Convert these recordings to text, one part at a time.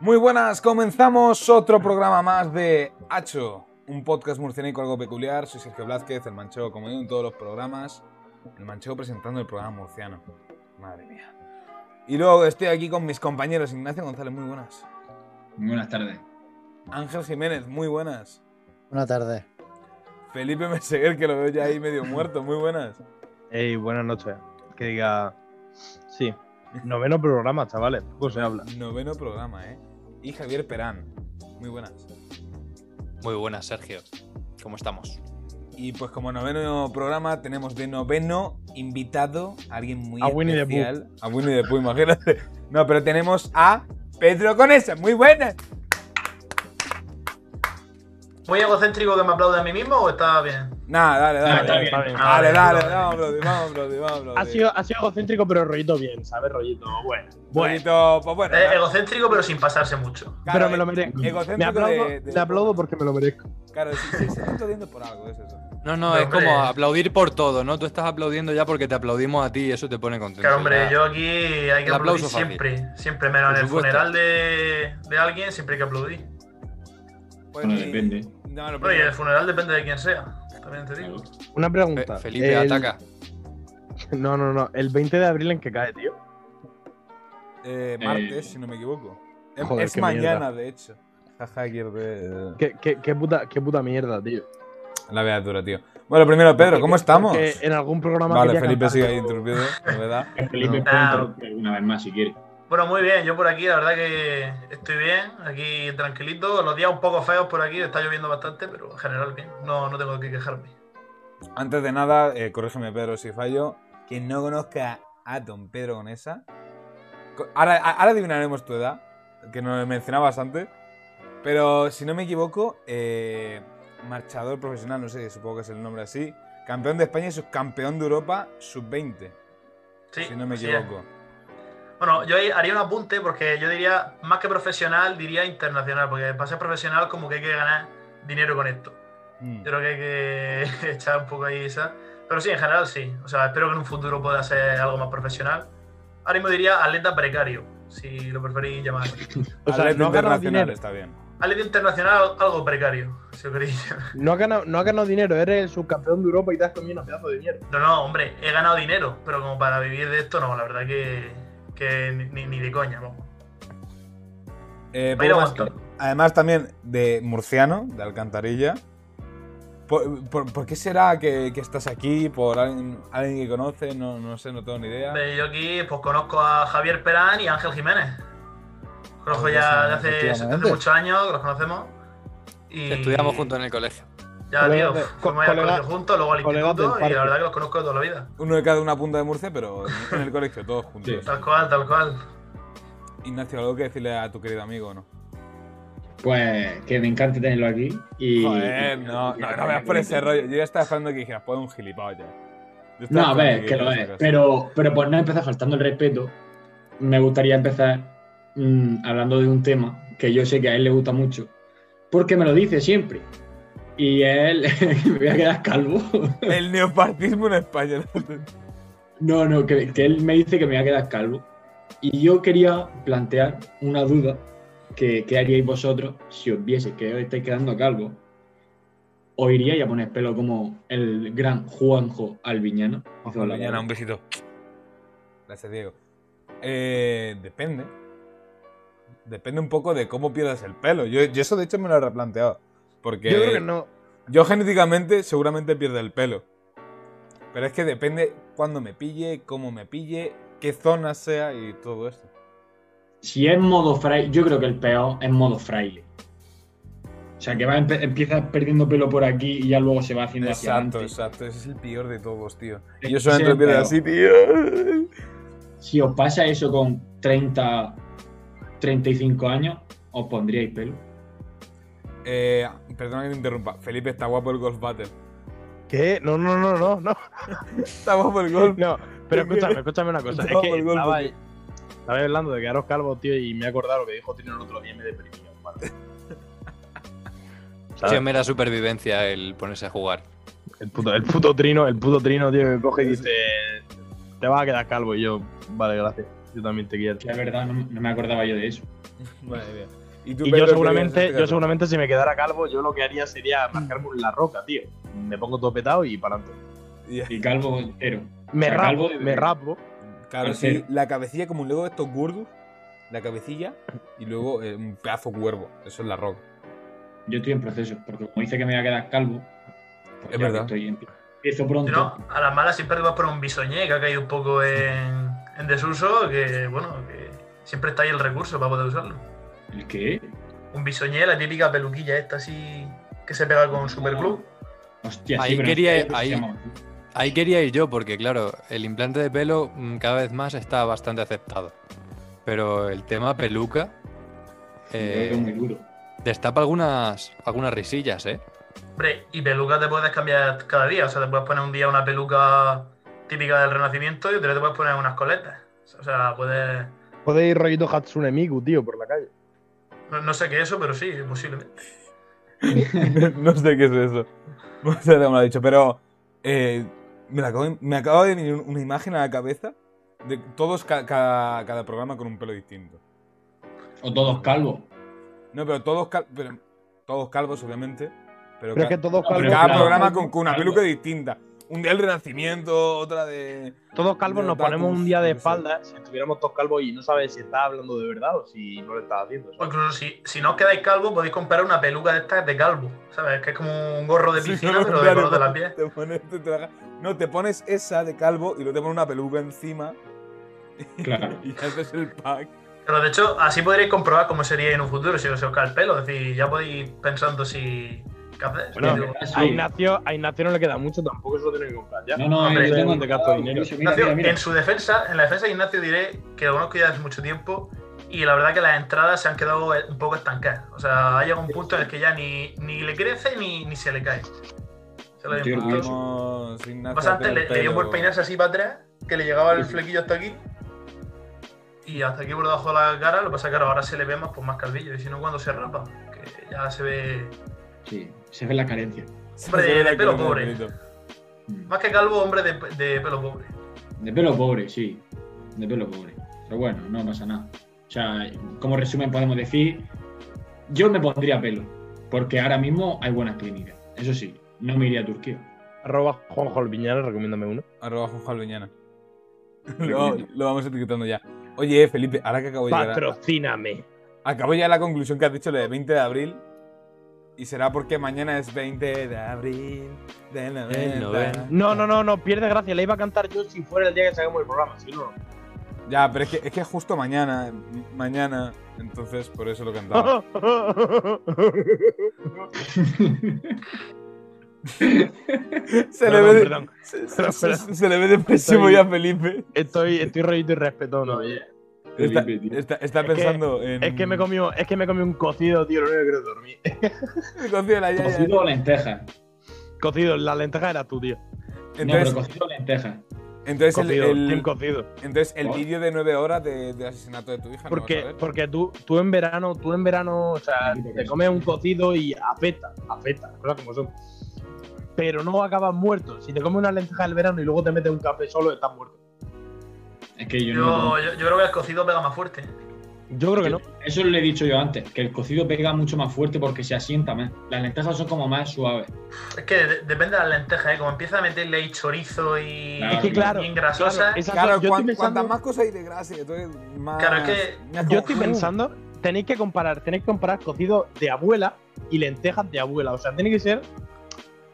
Muy buenas, comenzamos otro programa más de Hacho, un podcast murcianico algo peculiar. Soy Sergio Blázquez, el manchego, como digo en todos los programas, el manchego presentando el programa murciano. Madre mía. Y luego estoy aquí con mis compañeros Ignacio González, muy buenas. Muy buenas tardes. Ángel Jiménez, muy buenas. Buenas tardes. Felipe Meseguer, que lo veo ya ahí medio muerto, muy buenas. Ey, buenas noches. Que diga. Sí. Noveno programa, chavales. Poco se habla. Noveno programa, ¿eh? Y Javier Perán, muy buenas. Muy buenas, Sergio. ¿Cómo estamos? Y pues como noveno programa tenemos de noveno invitado a alguien muy A Winnie the especial. a Winnie the Pooh, imagínate. No, pero tenemos a Pedro Conesa, muy buenas. ¿Muy egocéntrico que me aplaude a mí mismo o está bien? Nada, dale, dale. Ah, está bien. Está bien. Ah, Dale, vale, dale, vale. vamos, Brody, vamos, Brody, vamos, Brody. Ha sido, ha sido egocéntrico, pero rollito bien, ¿sabes? Rollito bueno. Bueno. Poquito, pues bueno. Eh, egocéntrico pero sin pasarse mucho. claro, eh, pero me lo merezco. egocéntrico Me aplaudo, de- de- me aplaudo porque me lo merezco. Claro, sí, sí, se está aplaudiendo por algo, es eso. No, no, Hombre. es como aplaudir por todo, ¿no? Tú estás aplaudiendo ya porque te aplaudimos a ti y eso te pone contento. Claro, hombre, ya. yo aquí hay que El aplaudir aplauso fácil. siempre. Siempre, menos Por en el supuesto. funeral de, de alguien, siempre hay que aplaudir. Pues Bueno, sí. depende. No, no, Bueno, y pero- el funeral depende de quién sea. También te digo. Claro. Una Fe- pregunta. Eh, Felipe, El- ataca. No, no, no. El 20 de abril en que cae, tío. eh, martes, si no me equivoco. Es- Joder, es qué mañana, mierda. de hecho. Jaja, de... Qué, qué- qué puta, qué puta mierda, tío. La verdad dura, tío. Bueno, primero, Pedro, ¿cómo estamos? Porque en algún programa. Vale, quería Felipe cantar. sigue ahí interrumpiendo, la verdad. Felipe No. puede interrumpir alguna vez más si quiere. Bueno, muy bien, yo por aquí, la verdad que estoy bien, aquí tranquilito. Los días un poco feos por aquí, está lloviendo bastante, pero en general bien. No, no tengo que quejarme. Antes de nada, eh, corrígeme, Pedro, si fallo. Quien no conozca a Don Pedro Gonesa. co- Ahora, a- ahora adivinaremos tu edad, que nos mencionabas antes. Pero si no me equivoco, eh, marchador profesional, no sé, supongo que es el nombre así. Campeón de España y subcampeón de Europa, sub-20, Sí, si no me así es. equivoco. Bueno, yo ahí haría un apunte porque yo diría, más que profesional, diría internacional, porque para ser profesional como que hay que ganar dinero con esto. Mm. Yo creo que hay que echar un poco ahí esa. Pero sí, en general sí. O sea, espero que en un futuro pueda ser algo más profesional. Ahora mismo diría atleta precario, si lo preferís llamar. O sea, Atleta no ha ganado internacional, dinero. está bien. Atleta internacional, algo precario, si lo queréis llamar. No has ganado, no has ganado dinero, eres el subcampeón de Europa y te has comido una pedazo de mierda. No, no, hombre, he ganado dinero, pero como para vivir de esto, no, la verdad que, que ni, ni de coña, vamos. Eh, Pero poco más aguanto. que- además también de murciano, de Alcantarilla. ¿Por, por- por qué será que, que estás aquí? ¿Por alguien, alguien que conoces? No, no sé, no tengo ni idea. Hombre, Yo aquí pues conozco a Javier Perán y a Ángel Jiménez. Conozco Pues ya sí, de hace, de efectivamente. hace muchos años, que los conocemos. Mm. Y Estudiamos juntos en el colegio. Ya, Colegas tío, de- fuimos al colega- colegio juntos, luego al colegas instituto, del y parque. la verdad que los conozco de toda la vida. Uno de cada una punta de Murcia, pero en el colegio, todos juntos. Tal cual, tal cual. Ignacio, ¿algo que decirle a tu querido amigo o no? Pues que me encanta tenerlo aquí. Y, Joder, y- no, y- no, no veas por ese rollo. Yo ya estaba esperando que dijeras, pues un gilipollas. Yo estaba No, a ver, esperando que lo dijeras es. eso. Pero, pero por no empezar faltando el respeto, me gustaría empezar mm, hablando de un tema que yo sé que a él le gusta mucho, porque me lo dice siempre. Y él, me voy a quedar calvo. El neopartismo en España. No, no, que, que él me dice que me voy a quedar calvo. Y yo quería plantear una duda que, que haríais vosotros si os viese que os estáis quedando calvo. ¿Os iríais a poner pelo como el gran Juanjo Alviñano? Hizo la Mañana, barba. un besito. Gracias, Diego. Eh, depende. Depende un poco de cómo pierdas el pelo. Yo, yo eso, de hecho, me lo he replanteado. Porque Yo creo que no. yo genéticamente seguramente pierdo el pelo. Pero es que depende cuándo me pille, cómo me pille, qué zona sea y todo esto. Si es modo fraile, yo creo que el peor es modo fraile. O sea, que va, empe- empieza perdiendo pelo por aquí y ya luego se va haciendo hacia Exacto, adelante. exacto. Ese es el peor de todos, tío. Sí, yo solamente sí, lo pierdo pero- así, tío. Si os pasa eso con 30, 35 años, os pondríais pelo. Eh, perdona que te interrumpa. Felipe, está guapo el Golf Battle. ¿Qué? No, no, no, no, no. Está guapo el Golf No, pero escúchame, escúchame una cosa. Estaba Es que por el golpe, estaba, estaba hablando de quedaros calvos, tío, y me he acordado lo que dijo Tino el otro día y me deprimí. hermano. Sí, es ¿Sabes? mera supervivencia el ponerse a jugar. El puto, el puto trino, el puto trino, tío, que coge y dice. Te vas a quedar calvo y yo. Vale, gracias. Yo también te quiero. Que es verdad, no, no me acordaba yo de eso. Madre mía. tú, Y Pedro, yo qué seguramente, harías? yo seguramente si me quedara calvo, yo lo que haría sería marcarme un la roca, tío. Me pongo todo petado y para adelante. Ya. Y calvo entero. Me O sea, rapo, calvo de- me rapo. Claro, Al sí, ser- la cabecilla como un Lego de estos gordos. La cabecilla y luego eh, un pedazo cuervo. Eso es la roca. Yo estoy en proceso, porque como dice que me voy a quedar calvo, pues Es ya que verdad. estoy en- empiezo pronto. Si no, a las malas siempre vas por un bisoñé que ha caído un poco en, en desuso, que bueno, que siempre está ahí el recurso para poder usarlo. ¿El qué? Un bisoñé, la típica peluquilla esta así que se pega con superglue. Hostia, Ahí sí, pero quería- no sé ahí- cómo se llama. Ahí quería ir yo, porque claro, el implante de pelo mm, cada vez más está bastante aceptado. Pero el tema peluca Creo que es muy eh, duro. destapa algunas, algunas risillas, ¿eh? Hombre, y peluca te puedes cambiar cada día. O sea, te puedes poner un día una peluca típica del Renacimiento y otro día te puedes poner unas coletas. O sea, puedes. Puede ir rollito Hatsune Miku, tío, por la calle. No, no sé qué es eso, pero sí, posiblemente. no sé qué es eso. No sé cómo lo ha dicho, pero eh, me, la acabo de, me acaba de venir una imagen a la cabeza de todos ca- cada, cada programa con un pelo distinto. O todos calvos. No, pero todos, cal- pero, todos calvos, obviamente. Pero, Pero ca- es que todos pero calvos. cada claro. programa con, con una Calvo. peluca distinta. Un día el Renacimiento, otra de. Todos calvos nos Otakus, ponemos un día de no sé. espaldas si estuviéramos todos calvos y no sabes si está hablando de verdad o si no lo está haciendo. O ¿sabes? incluso si, si no os quedáis calvo, podéis comprar una peluca de estas de calvo. ¿Sabes? Que es como un gorro de piscina, pero de color de la piel. Te pones- te traga- no, te pones esa de calvo y luego te pones una peluca encima Claro. y haces el pack. Pero de hecho, así podréis comprobar cómo sería en un futuro si os os cae el pelo. Es decir, ya podéis ir pensando si. ¿Qué hacer? Bueno, Digo, Sí. A Ignacio, a Ignacio no le queda mucho, tampoco se lo tiene que comprar. Ya. No, no, Hombre, eh, yo ya tengo no te gasto dinero. Mira, Ignacio, mira, mira. en su defensa, en la defensa de Ignacio diré que lo conozco ya desde mucho tiempo y la verdad que las entradas se han quedado eh, un poco estancadas. O sea, ha llegado un punto en el que ya ni, ni le crece ni, ni se le cae. Se lo digo. Estoy orgulloso. Vamos, Ignacio. Más antes hazte le, el le dio por pelo. peinarse así para atrás, que le llegaba el Sí, sí. flequillo hasta aquí. Y hasta aquí por debajo de la cara, lo que pasa es que ahora- ahora se le ve más, pues, más calvillo. Y si no, cuando se rapa, que ya se ve. Sí, se ve la carencia. Hombre, de- de pelo Con el pobre. pelito. Mm. Más que calvo, hombre de, de pelo pobre. De pelo pobre, sí. De pelo pobre. Pero bueno, no pasa nada. O sea, como resumen podemos decir, yo me pondría pelo. Porque ahora mismo hay buenas clínicas. Eso sí, no me iría a Turquía. Arroba Juan Jolviñana, recomiéndame uno. Arroba Juan Luñana. Lo, lo vamos etiquetando ya. Oye, Felipe, ahora que acabo de llegar. a- Patrocíname. Acabo ya la conclusión que has dicho, la de 20 de abril. Y será porque mañana es 20 de abril de 90. noventa. No, no, no, no, pierde gracia. La iba a cantar yo si fuera el día que saquemos el programa, si no. Ya, pero es que, es que justo mañana. m- Mañana. Entonces, por eso lo cantaba. se, le Perdón, ve, perdón. se- se- Perdón, se- perdón. se le ve depresivo Estoy- ya, Felipe. Estoy, estoy rollito y respetón. No, hoy, eh. Está, Felipe, tío. está- está Es que- pensando en. Es que me comió, es que me comí un cocido, tío, no me quiero dormir. Cocido la yaya. Cocido o lentejas. Cocido, la lenteja era tú, tío. No, pero Entonces, cocido o lentejas. entonces el, Cocido, el- team cocido. entonces el ¿Por? vídeo de 9 horas de- del asesinato de tu hija. no vas a Porque, ver. porque tú, tú en verano, tú en verano, o sea, Sí, porque te sí. comes un cocido y afecta, afecta, las cosas como son. Pero no acabas muerto. Si te comes una lenteja del verano y luego te metes un café solo, estás muerto. Es que yo, no... Yo, yo, yo creo que el cocido pega más fuerte. Yo creo que no. Eso lo he dicho yo antes, que el cocido pega mucho más fuerte porque se asienta más. Las lentejas son como más suaves. Es que de- depende de las lentejas, ¿eh? Como empieza a meterle ahí chorizo y. Es que claro, Bien grasosa. claro, esa- Claro, yo cuan- estoy pensando- cuantas más cosas hay de gracia, entonces más. Claro, es que más Yo como- estoy pensando, tenéis que comparar, tenéis que comparar cocido de abuela y lentejas de abuela. O sea, tiene que ser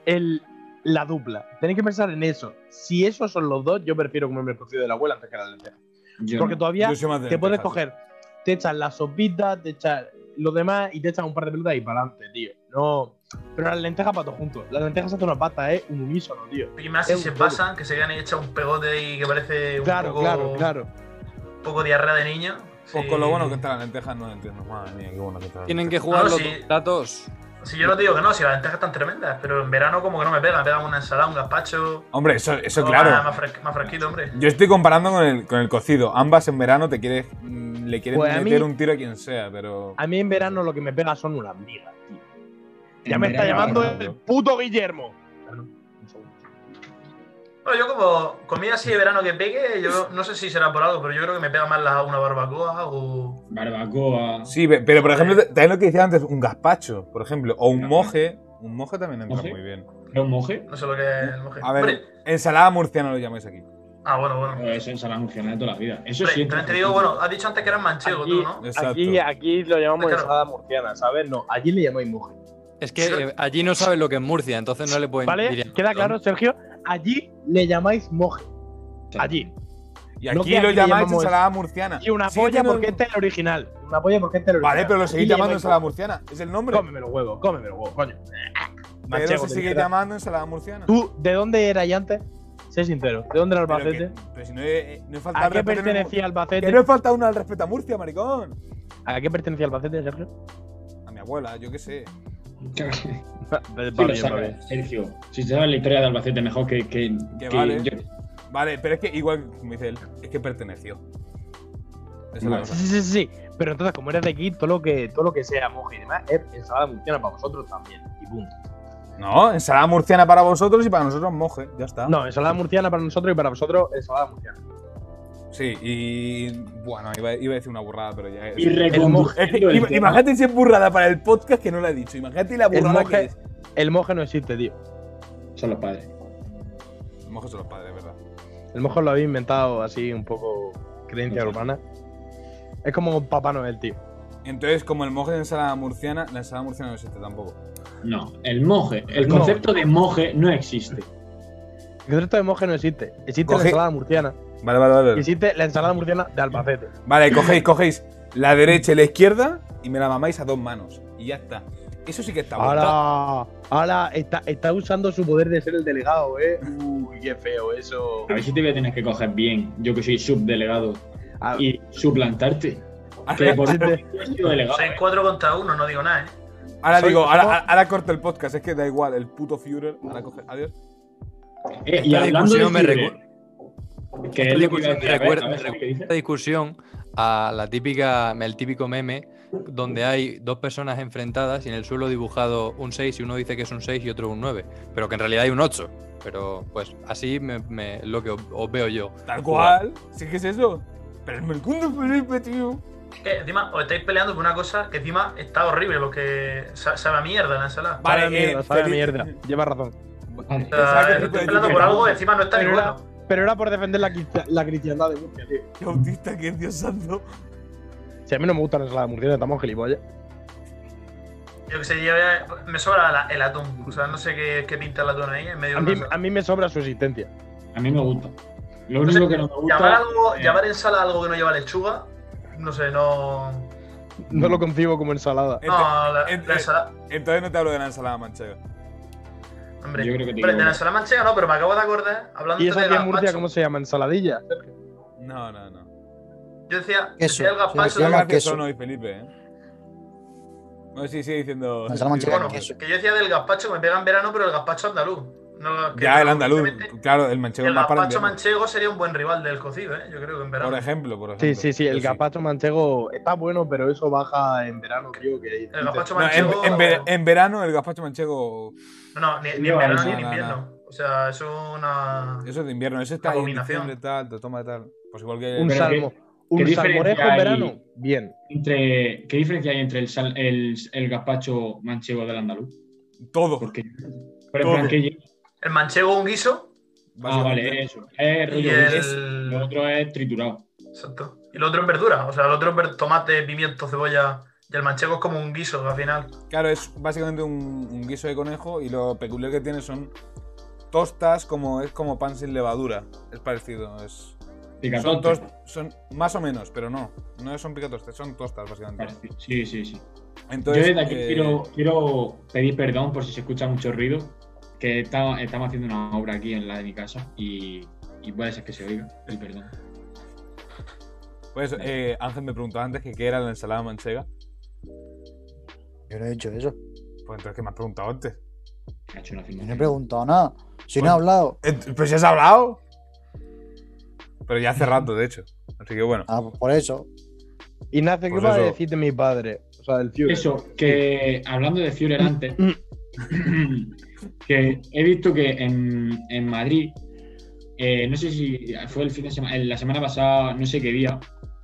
el, la dupla. Tenéis que pensar en eso. Si esos son los dos, yo prefiero comerme el cocido de la abuela antes que la lenteja. Yo Porque no. todavía Yo soy más de te puedes lentejas. coger, te echas la sopita, te echas lo demás y te echas un par de pelotas y para adelante, tío. No. Pero las lentejas para todos juntos. Las lentejas hacen una pasta, es un unísono, tío. Y más si Es un se todo. pasan, que se quedan ahí echado un pegote y que parece un Claro, poco, claro, claro. un poco diarrea de niño. Pues Sí. con lo bueno que están las lentejas no entiendo. Madre mía, qué bueno que están. Tienen que jugar los sí. datos. Si yo no te digo que no, si las lentejas están tremendas, pero en verano como que no me pegan, me pegan una ensalada, un gazpacho. Hombre, eso, eso algo claro. Más, más fres- más fresquito, hombre. Yo estoy comparando con el, con el cocido. Ambas en verano te quieres, mm, le quieres Pues a meter mí- un tiro a quien sea, pero. A mí en verano lo que me pega son unas migas, tío. Ya En me está verano, llamando claro. el puto Guillermo. No, yo como comida así de verano que pegue, yo no sé si será por algo, pero yo creo que me pega más la, una barbacoa o... Barbacoa. Sí, pe- pero por ejemplo, también lo que decía antes, un gazpacho, por ejemplo, o un moje. Un moje también entra ¿Moje? muy bien. ¿Es un moje? No sé lo que es el moje. A Hombre, ver, ensalada murciana lo llamáis aquí. ah, bueno, bueno. pues, Eso es ensalada murciana de toda la vida. Eso Hombre, sí. también te digo, bueno, has dicho antes que eras manchego tú, ¿no? Exacto. Aquí, aquí lo llamamos Claro. ensalada murciana, ¿sabes? No, allí le llamáis moje. Es que eh, allí no saben lo que es Murcia, entonces no le pueden ¿Vale? dirían, ¿Queda "Perdón". claro, Sergio? Allí le llamáis moje. Allí. Y no aquí que lo aquí le llamáis llamamos- ensalada murciana. Y una Sí, polla que no- porque este es el original. Una polla porque este es el original. Vale, pero lo Aquí seguís le llamando llamáis ensalada moje. murciana. Es el nombre. Cómeme los huevos, cómeme los huevos, coño. Pero Manchego, se te sigue dijera. llamando ensalada murciana. ¿Tú de dónde eras ya antes? Sé sincero. ¿De dónde era Pero que- Albacete? pero si no, he- no he faltado ¿A al respeto qué en ningún- pertenecía Que Albacete? no he faltado una al respeto a Murcia, maricón. ¿A qué pertenecía Albacete, Sergio? A mi abuela, yo qué sé. Sí, lo sabes, Sergio. Si sabes la historia de Albacete mejor que, que, Que que vale. yo- Vale, pero es que igual, como dice él, es que perteneció. Esa es la Vale. Sí, cosa. sí, sí, sí. Pero entonces, como eres de aquí, todo lo que, todo lo que sea moje y demás es ensalada murciana para vosotros también. Y punto. No, ensalada murciana para vosotros y para nosotros moje, ya está. No, ensalada murciana para nosotros y para vosotros ensalada murciana. Sí, y bueno, iba, iba a decir una burrada, pero ya Y Es que reconduciendo el ima- tema. imagínate si es burrada para el podcast que no la he dicho. Imagínate la El burrada que moje, es. el moje no existe, tío. Son los padres. Los mojes son los padres, ¿verdad? El moje lo habéis inventado así un poco creencia Sí, sí. urbana. Es como Papá Noel, tío. Entonces, como el moje es ensalada murciana, la ensalada murciana no existe tampoco. No, el moje. El No. concepto de moje no existe. El concepto de moje no existe. Existe Coge- la ensalada murciana. Vale, vale, y vale. Existe la ensalada murciana de Albacete. Vale, cogéis, cogéis la derecha y la izquierda y me la mamáis a dos manos. Y ya está. Eso sí que está bueno. Ahora, ahora está, está usando su poder de ser el delegado, eh. Uy, qué feo eso. A ver si te voy a tener que coger bien. Yo que soy subdelegado. Ah, Y suplantarte. Ahora- Que Pues, por yo he sido delegado. Soy 4 contra 1, no digo nada, ¿eh? Ahora Soy- digo, ahora, ahora- ahora corto el podcast, es que da igual, el puto Führer. Ahora coge, adiós. Eh, y Esta hablando de discusión me Führer, que es Esta lo que iba a discusión me decir, a ver, recuerda- a ver, me ¿sabes qué dice? esta discusión a la típica, el típico meme donde hay dos personas enfrentadas y en el suelo dibujado un 6 y uno dice que es un 6 y otro un 9, pero que en realidad hay un 8. Pero pues así me, me- es lo que os, os veo yo. Tal Jugar. cual. Sí que es eso. Pero el Mercurio Felipe, tío. Es que encima os estáis peleando por una cosa que encima está horrible, porque sa- sabe a mierda la ensalada. Vale, sabe a mierda, eh, sabe a Felipe- mierda. Lleva razón. Vale. O sea, Pensaba que estáis te- peleando por algo, encima no está ni Pero era- bueno. Pero era por defender la, crista- la cristiandad de Murcia, tío. Qué autista que es Dios santo. Si a mí no me gusta la ensalada murciana, estamos gilipollas. Yo que sé, yo ya- me sobra la- el atún. O sea, no sé qué, qué pinta el atún ahí en medio A de mí, una a mí me sobra su existencia. A mí me gusta. Lo No sé, único que no me Llamar, gusta. algo, eh, llamar ensalada algo que no lleva lechuga, no sé, no. eh, No lo concibo como ensalada. Ente- No, la, ente- la ensalada. Entonces no te hablo de la ensalada manchega. Hombre, Yo creo que hombre, te equivocas. de la ensalada manchega no, pero me acabo de acordar, hablando ¿Y eso de aquí en gazpacho. Murcia cómo se llama? ¿Ensaladilla? No, no, no. Yo decía, Eso, decía el se gazpacho. Qué llama gracioso del- queso. no hoy, Felipe, eh. Bueno, sí, sigue diciendo. La ensalada manchega Bueno, con queso. que yo decía del gazpacho que me pega en verano, pero el gazpacho andaluz. No, que Ya, el andaluz. obviamente, Claro, el manchego es El más para gazpacho invierno. manchego sería un buen rival del cocido, ¿eh? Yo creo que en verano. Por ejemplo, por ejemplo. Sí, sí, sí. El Yo gazpacho manchego está bueno, pero eso baja en verano, tío. Que El gazpacho No, en, manchego. en ver- en verano el gazpacho manchego. No, no, ni, ni en No, verano no, ni en no, invierno. O sea, es una. Eso es de invierno, eso está en Abominación. diciembre, tal, te toma tal. Pues igual que. Un Pero qué- salmo. Un diferencia salmorejo en hay? verano. Bien. entre, ¿Qué diferencia hay entre el, sal- el, el gazpacho manchego del andaluz? Todo. Porque. Pero Todo. en plan, ¿qué lleva? El manchego un guiso Ah, vale, eso. Es y rollo guiso. el. Lo otro es triturado. Exacto. Y el otro es verdura. O sea, el otro es ver- tomate, pimiento, cebolla. Y el manchego es como un guiso al final. Claro, es básicamente un, un guiso de conejo y lo peculiar que tiene son tostas, como es como pan sin levadura. Es parecido. Es, son, Picatote. tos- son más o menos, pero no. No son picatostes, son tostas, básicamente. Parece- Sí, sí, sí. Entonces, Yo desde aquí eh, quiero, quiero pedir perdón por si se escucha mucho ruido, que está- estamos haciendo una obra aquí en la de mi casa y, y puede ser que se oiga. Y perdón. Pues eh, Ángel me preguntó antes que qué era la ensalada manchega. Yo no he hecho eso. Pues entonces, ¿qué me has preguntado antes? Ha hecho Yo no he una afirmación. preguntado nada. Si no he hablado. Ent- Pues ya has hablado. Pero ya hace rato, de hecho. Así que bueno. Ah, pues por eso. Ignacio, ¿qué Pues vas a eso. decir de mi padre? O sea, del Führer. Eso, que hablando de Führer antes, que he visto que en, en Madrid eh, no sé si fue el fin de semana, la semana pasada, no sé qué día,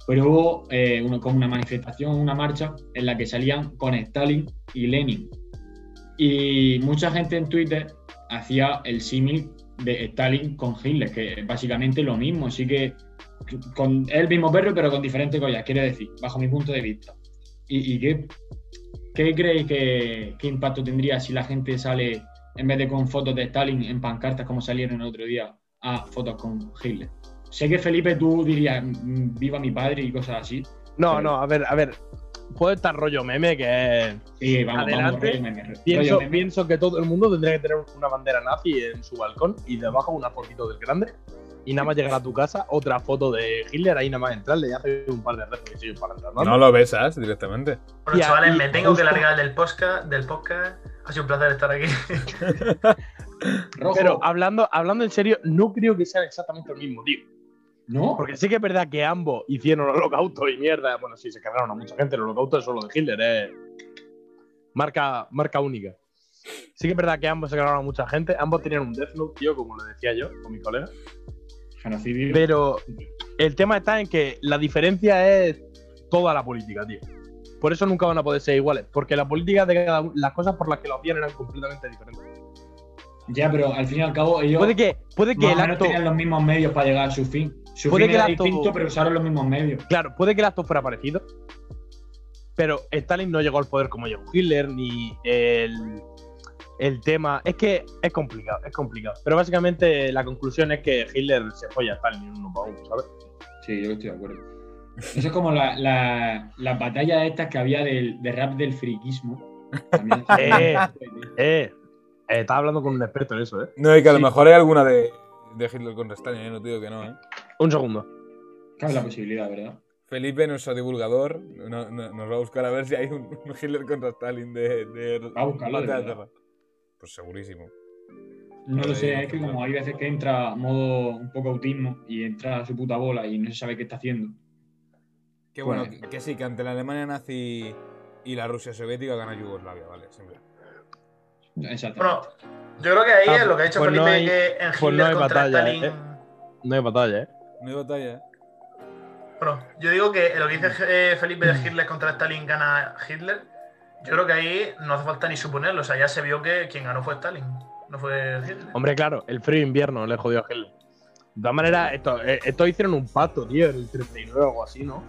pero hubo eh, uno, como una manifestación, una marcha en la que salían con Stalin y Lenin. Y mucha gente en Twitter hacía el símil de Stalin con Hitler, que es básicamente lo mismo, así que con es el mismo perro pero con diferentes collas, quiere decir, bajo mi punto de vista. ¿Y, y qué, qué creéis que qué impacto tendría si la gente sale, en vez de con fotos de Stalin en pancartas como salieron el otro día, a fotos con Hitler? Sé que Felipe tú dirías, "Mm, viva mi padre y cosas así. No, no, a ver, a ver. Puede estar rollo meme que es. Sí, vamos, Adelante. vamos, rollo meme, Pienso, rollo meme. pienso que todo el mundo tendría que tener una bandera nazi en su balcón y debajo una fotito del grande. Y nada más llegar a tu casa, otra foto de Hitler, ahí nada más entrarle y hace un par de reflexiones para entrar. ¿no? No lo besas directamente. Bueno, Ya, chavales, y me tengo que justo- largar del podcast, del podcast. Ha sido un placer estar aquí. Rojo. ah, Pero hablando, hablando en serio, no creo que sean exactamente el mismo, tío. no, Porque sí que es verdad que ambos hicieron holocausto y mierda. Bueno, sí, se cargaron a mucha gente. El holocausto es solo de Hitler, es marca, marca única. Sí que es verdad que ambos se cargaron a mucha gente. Ambos tenían un Death Note, tío, como le decía yo con mi colega. genocidio. Pero el tema está en que la diferencia es toda la política, tío. Por eso nunca van a poder ser iguales. Porque la política de cada uno, las cosas por las que lo hacían eran completamente diferentes. Ya, pero al fin y al cabo ellos Puede que, puede que más o el menos acto. tenían los mismos medios para llegar a su fin. Su Puede fin que era el acto- distinto, pero usaron los mismos medios. Claro, puede que el acto fuera parecido, pero Stalin no llegó al poder como llegó Hitler, ni el, el tema. Es que es complicado, es complicado. Pero básicamente la conclusión es que Hitler se folla a Stalin en uno para uno, ¿sabes? Sí, yo estoy de acuerdo. Eso es como la, la, las batallas estas que había del, de rap del friquismo. También- Eh. Eh, eh, estaba hablando con un experto en eso, ¿eh? No, y que a lo Sí. mejor hay alguna de, de Hitler con Restaño, yo no te digo que no, ¿eh? Un segundo. Cabe la posibilidad, ¿verdad? Felipe, nuestro divulgador, no- no- nos va a buscar a ver si hay un, un Hitler contra Stalin de, de, Va a buscarlo, de de la verdad. Tierra. Ah, Pues segurísimo. No lo Sí, sé, es que claro. como hay veces que entra modo un poco autismo y entra a su puta bola y no se sabe qué está haciendo. Que bueno, Pues- que, que sí, que ante la Alemania nazi y la Rusia soviética gana Yugoslavia, vale, simple. Bueno, Exactamente. yo creo que ahí Ah, es lo que ha hecho pues no Felipe, hay- que en Hitler pues no hay contra batalla, Stalin. ¿eh? No hay batalla, ¿eh? No hay batalla, ¿eh? Bueno, yo digo que lo Mm. que dice eh, Felipe de Hitler contra Stalin gana Hitler. Yo creo que ahí no hace falta ni suponerlo. O sea, ya se vio que quien ganó fue Stalin, no fue Hitler. Hombre, claro, el frío invierno le jodió a Hitler. De todas maneras, esto- eh, estos hicieron un pacto, tío, en el 39 o algo así, ¿no?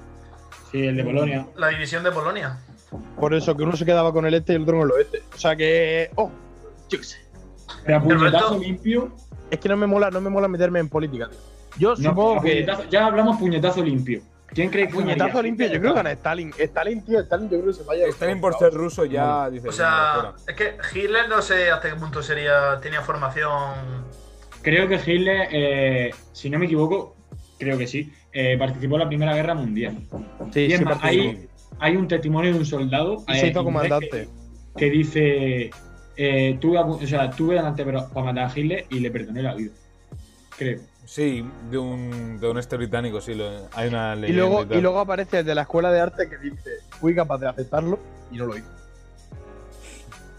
Sí, el de Polonia. La división de Polonia. Por eso, que uno se quedaba con el este y el otro con el oeste. O sea que. ¡Oh! Yo qué sé. Pero a Pero puñetazo esto- limpio. Es que no me mola, no me mola meterme en política, tío. Yo no, supongo a que. puñetazo- ya hablamos puñetazo limpio. ¿Quién cree que Puñetazo ganaría? limpio, yo creo que gana Stalin. Stalin, tío, Stalin, yo creo que se vaya. Stalin por ser ruso ya dice. O "Venga, sea, fuera". es que Hitler no sé hasta qué punto sería tenía formación. Creo que Hitler, eh, si no me equivoco, creo que sí, eh, participó en la Primera Guerra Mundial. Sí, Y es sí, más, participó. hay, hay un testimonio de un soldado Y se eh, hizo inglés comandante. que, que dice: eh, tuve, a pu- o sea, tuve delante pero para matar a Hitler y le perdoné la vida. Creo. Sí, de un, de un este británico, sí, lo- hay una leyenda. Y luego, tal. y luego aparece el de la escuela de arte que dice: Fui capaz de aceptarlo y no lo hice.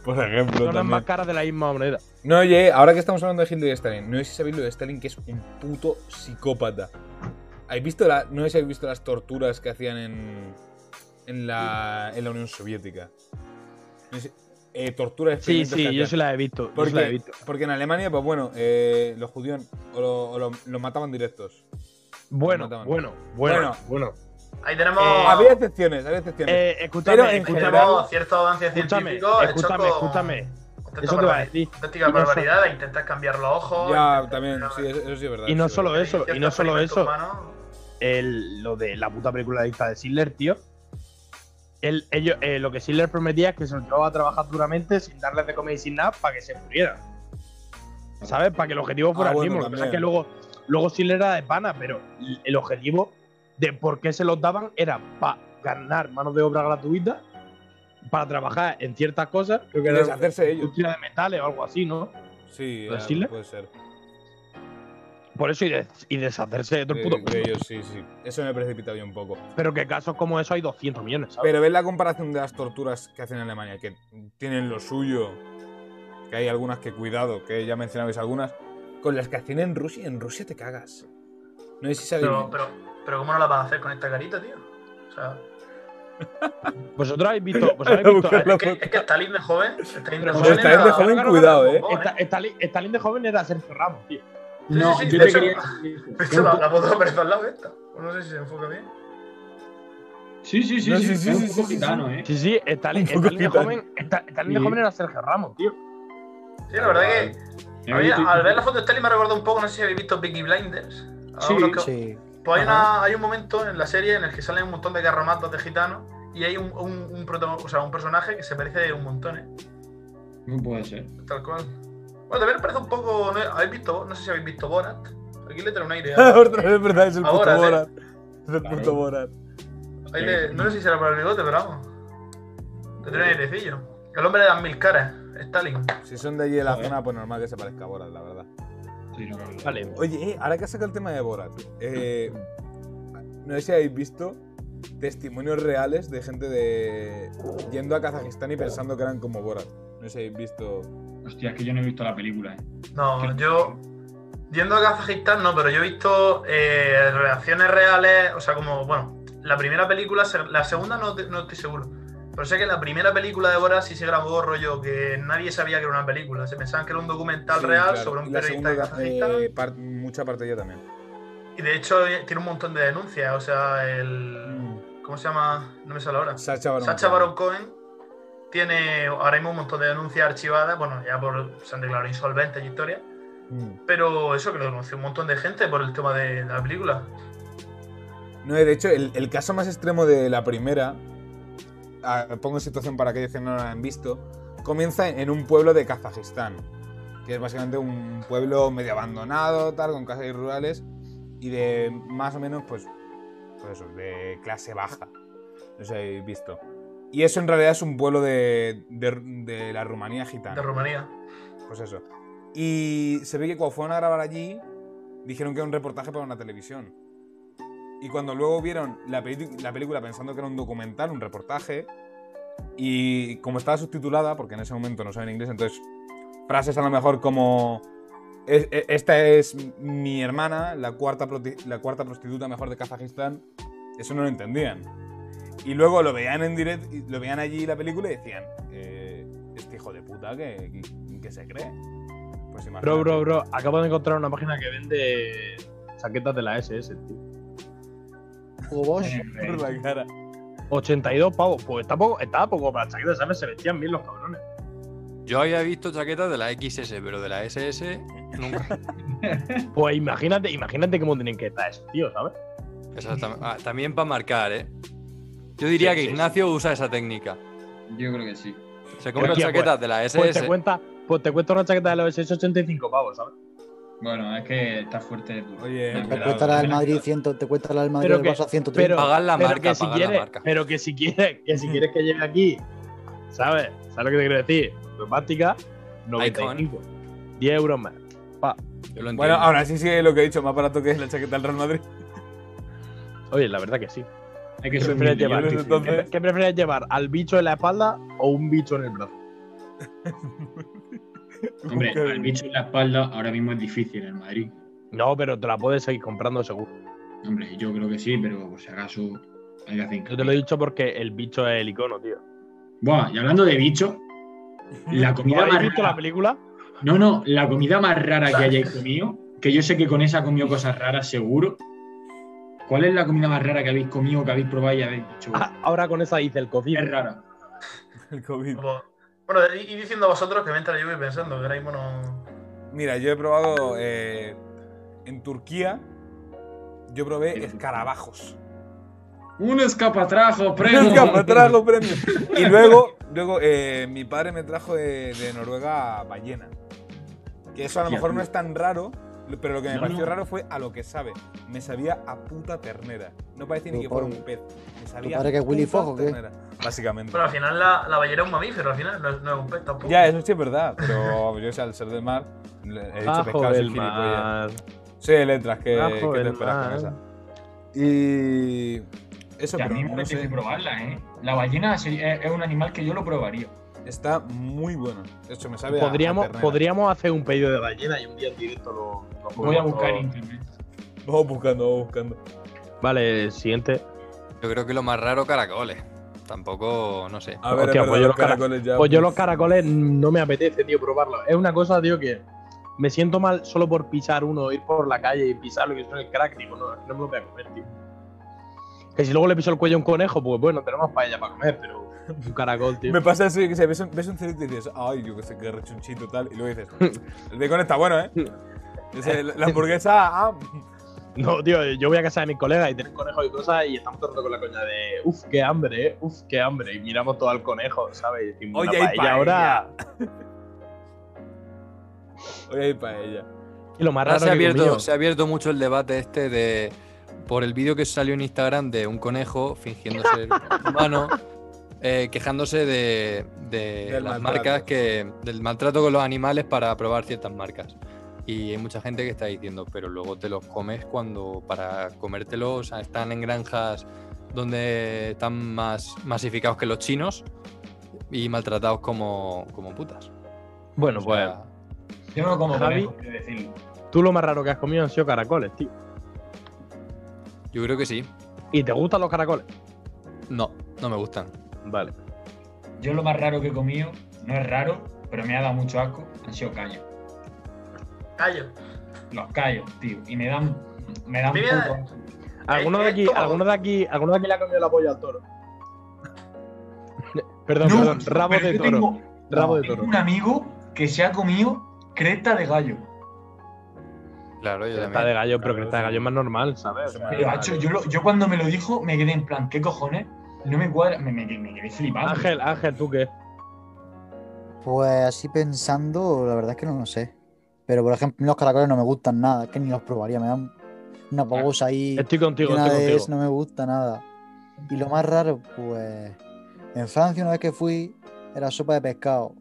Por ejemplo, Son las también. más caras de la misma moneda. No, oye, ahora que estamos hablando de Hitler y Stalin, no sé si sabéis lo de Stalin, que es un puto psicópata. ¿Habéis visto la, no sé si habéis visto las torturas que hacían en, en, la, en la Unión Soviética. No sé- eh, torturas Sí, experimentos que sí, yo hacían. se la he visto. Yo se la he porque, visto. porque en Alemania, pues bueno, eh, los judíos o lo, o lo- los mataban directos. Bueno, Mataban. bueno, bueno, Bueno. bueno. Ahí tenemos, Eh, a Había excepciones, había excepciones. Eh, escúchame, en tenemos escúchame. general- cierto avance Escúchame, científico. hecho escúchame, con escúchame. auténtica Eso te va a barbaridad- decir. auténtica Y no so- barbaridad de intentar cambiar los ojos. ya, también, sí, eso, eso sí es verdad. Y no sí es solo verdad. eso, y no Ciertos solo experimentos eso. humanos. el- lo de la puta película de lista de Schindler, tío. El- ello- eh, lo que Schindler prometía es que se los llevaba a trabajar duramente sin darles de comer y sin nada para que se murieran. ¿Sabes? Para que el objetivo fuera Ah, bueno, el mismo. Lo que pasa es también. que luego, luego Schindler era de pana, pero el objetivo de por qué se los daban era para ganar manos de obra gratuita, para trabajar en ciertas cosas. Creo que Y era deshacerse de ellos. industria de metales o algo así, ¿no? Sí, ¿Lo de eh, Hitler? puede ser. Por eso y, de- y deshacerse de todo el Eh, De- puto. de ellos, sí, sí. Eso me he precipitado yo un poco. Pero que casos como eso hay 200 millones, ¿sabes? Pero ves la comparación de las torturas que hacen en Alemania, que tienen lo suyo, que hay algunas que cuidado, que ya mencionabais algunas, Con las que hacían en Rusia, en Rusia te cagas. No sé si sabéis. Pero, pero, pero ¿cómo no la vas a hacer con esta carita, tío? O sea, Vosotros habéis visto. Vosotros habéis visto Pero es que, es que Stalin de joven. Stalin de Pero joven, Stalin de era- joven, era un cuidado, eh. bombón, Esta- Stalin- Stalin de joven era Sergio Ramos, tío. Sí, No, sí, sí, yo de te hecho- quería decir eso. De hecho, la, la foto aparece al lado esta. No sé si se enfoca bien. Sí, sí, sí, No, sí, sí, sí, es sí, un poco sí, sí. gitano, ¿eh? Sí, sí, Stalin, Un poco Stalin de gitano. joven. Sta- Stalin de Sí. joven era Sergio Ramos, tío. Sí, la verdad que. Me A mí, gusta- al ver la foto de Stalin me ha recordado un poco, no sé si habéis visto Vicky Blinders. A Sí, uno que- Sí. Pues hay, Ajá. una- hay un momento en la serie en el que salen un montón de carromatos de gitanos y hay un, un, un protago- o sea, un personaje que se parece un montón, ¿eh? No puede ser. Tal cual. Bueno, también me parece un poco. ¿no? ¿Habéis visto? No sé si habéis visto Borat. Aquí le trae un aire. ¿eh? a- Otra vez, es verdad, es el puto Ahora, sí. Borat. Es el Claro. puto Borat. ahí le- no sé si será por el bigote, pero vamos. Le trae un airecillo. El hombre de las mil caras, Stalin. Si son de allí de la Joder. zona, pues normal que se parezca a Borat, la verdad. Sí, no, no, no. Vale. Oye, eh, ahora que has sacado el tema de Borat, eh, no sé si habéis visto testimonios reales de gente de yendo a Kazajistán y pensando que eran como Borat. No sé si habéis visto. Hostia, es que yo no he visto la película, ¿eh? No, yo. Yendo a Kazajistán, no, pero yo he visto eh, reacciones reales, o sea, como, bueno, la primera película, se- la segunda no, te- no estoy seguro, pero sé que la primera película de Borat sí se grabó rollo, que nadie sabía que era una película, se pensaban que era un documental Sí, real claro. sobre un Y la periodista de segunda, Kazajistán, eh, par- mucha parte de ella también. y de hecho eh, tiene un montón de denuncias, o sea, el... ¿Cómo se llama? No me sale ahora. Mm. Sacha Baron. Mm. Sacha Baron Cohen tiene ahora mismo un montón de denuncias archivadas, bueno, ya por, se han declarado insolventes y historias, Mm. pero eso que lo conoció un montón de gente por el tema de, de la película. No, de hecho, el, el caso más extremo de la primera, ah, pongo en situación para aquellos que no la han visto, comienza en, en un pueblo de Kazajistán, que es básicamente un pueblo medio abandonado, tal, con casas rurales y de más o menos, pues, pues eso, de clase baja. No sé si habéis visto. Y eso en realidad es un pueblo de, de- de la Rumanía gitana. De Rumanía. Pues eso. Y se ve que cuando fueron a grabar allí, dijeron que era un reportaje para una televisión. Y cuando luego vieron la, peli- la película pensando que era un documental, un reportaje, y como estaba subtitulada, porque en ese momento no saben inglés, entonces frases a lo mejor como "Es- e- esta es mi hermana, la cuarta, proti- la cuarta prostituta mejor de Kazajistán, eso no lo entendían. Y luego lo veían en directo, lo veían allí la película y decían, "Eh, este hijo de puta que, que- que se cree. Pues imagínate. Bro, bro, bro. Acabo de encontrar una página que vende chaquetas de la E. SS, tío. Hugo Bosch. Por la cara. 82 pavos. Pues está poco, estaba poco para chaquetas, ¿sabes? Se vestían bien los cabrones. Yo había visto chaquetas de la XS, pero de la SS nunca. Pues imagínate, imagínate cómo tienen que estar esos tíos, ¿sabes? Exactam- ah, también para marcar, ¿eh? Yo diría Sí, que sí, Ignacio usa esa técnica. Yo creo que sí. Se compra Hostia, chaquetas de la Pues SS. te cuenta, pues te cuesta una chaqueta de la SS 85 pavos, ¿sabes? Bueno, es que está fuerte. duro. Oye, Me- Te cuidado, cuesta la del mira, Madrid 100, te cuesta la del Madrid Pero del que- Barça 130. pero- pagar la pero marca, que si pagar quieres, la marca. pero que si quieres, que si quieres que lleve aquí, ¿sabes? ¿Sabes lo que te quiero decir? Cromática, 95. 10 euros más. Yo lo Bueno, entiendo. ahora sí sí lo que he dicho, más barato que es la chaqueta del Real Madrid. Oye, la verdad que sí. Hay ¿Qué que ser prefieres humilde, yo llevar? creo que sí. Entonces- ¿Qué, qué prefieres llevar? ¿Al bicho en la espalda o un bicho en el brazo? Hombre, Nunca- al bicho en la espalda ahora mismo es difícil en Madrid. No, pero te la puedes seguir comprando seguro. Hombre, yo creo que sí, pero por si acaso hay que hacer Yo hincapié. te lo he dicho porque el bicho es el icono, tío. Buah, y hablando de bicho, la comida ¿Habéis más visto la rara... película? No, no, la comida más rara que hayáis comido, que yo sé que con esa ha comido cosas raras, seguro. ¿Cuál es la comida más rara que habéis comido, que habéis probado y habéis dicho? Ah, ahora con esa dice el cocido. Es rara. El COVID. Como- Bueno, y, y diciendo a vosotros que mientras yo voy pensando, que ahora mismo no. Mira, yo he probado eh, en Turquía, yo probé escarabajos. Un escapatrajo, prego. Venga, me trajo premio. Y luego, luego eh, mi padre me trajo de, de Noruega ballena. Que eso a lo Hostia, mejor tú. no es tan raro, lo- pero lo que me No, pareció no. raro fue a lo que sabe. Me sabía a puta ternera. No parecía ni Tu que fuera padre- un pez. Me sabía padre que es a Willy puta Fox, ¿o qué? ternera, Básicamente. Pero al final la, la ballena es un mamífero, al final no, es- no es un pez tampoco. Ya, eso sí es verdad, pero yo sé, al ser del mar, le- he dicho Bajo pescado soy del gilipollas. mar. Sí, letras que, Bajo que te del esperas con mar. esa. Y. Eso, Que a pero mí me no apetece sé. probarla, ¿eh? La ballena se- es, es un animal que yo lo probaría. Está muy bueno. De hecho, me sabe a- a Podríamos, ternera. podríamos hacer un pedido de ballena y un día en directo lo, lo Voy a comemos buscar en todo. internet. Vamos buscando, vamos buscando. Vale, siguiente. Yo creo que lo más raro, caracoles. Tampoco, no sé. A ver, Hostia, es verdad, pues yo los cara- caracoles ya. Pues yo uf. los caracoles no me apetece, tío, probarlo. Es una cosa, tío, que me siento mal solo por pisar uno, ir por la calle y pisarlo, que son el crack, digo, no, no me lo voy a comer, tío. Que si luego le piso el cuello a un conejo, pues bueno, tenemos paella para comer, pero un caracol, tío. Me pasa eso, yo que sé, ves un, ves un cerote y dices, ay, yo que sé, qué rechonchito tal. Y luego dices, el bacon está bueno, ¿eh? Yo sé, la la hamburguesa, ah, No, tío, yo voy a casa de mis colegas y tienen conejos y cosas y estamos todo el rato con la coña de uff, qué hambre, eh, uff, qué hambre. Y miramos todo al conejo, ¿sabes? Y decimos, Oye, una hay paella ahora. voy a ir para ella. Y lo más Ahora raro se ha, que he comido- abierto, se ha abierto mucho el debate este de. Por el vídeo que salió en Instagram de un conejo fingiendo ser humano, eh, quejándose de, de Del las maltrato. marcas que. del maltrato con los animales para probar ciertas marcas. Y hay mucha gente que está diciendo, pero luego te los comes cuando. para comértelo, o sea, están en granjas donde están más masificados que los chinos y maltratados como, como putas. Bueno, O pues. sea, Yo no como Javi. conejos, que decirlo. Tú lo más raro que has comido han sido caracoles, tío. yo creo que sí. ¿Y te gustan los caracoles? No, no me gustan. Vale. Yo lo más raro que he comido, no es raro, pero me ha dado mucho asco, han sido callos. Callo. Los callos, tío. Y me dan. Me dan Mira. poco asco. ¿Alguno de aquí, Esto- alguno de aquí, alguno de aquí le ha comido la polla al toro? perdón, No, perdón, rabo pero de yo toro. tengo- Rabo de tengo toro. un amigo que se ha comido creta de gallo. Claro, yo Cresta también. de gallo, pero Claro, cresta de gallo es más normal, ¿sabes? Eso me Pero, macho, yo, lo- yo cuando me lo dijo me quedé en plan, ¿qué cojones? No me cuadra, me, me- me quedé flipando. Eh, Ángel, Ángel, ¿tú qué? Pues así pensando, la verdad es que no lo sé. Pero por ejemplo, los caracoles no me gustan nada, es que ni los probaría, me dan una babosa ahí. Estoy contigo, Una estoy contigo. vez no me gusta nada. Y lo más raro, pues. En Francia, una vez que fui, era sopa de pescado.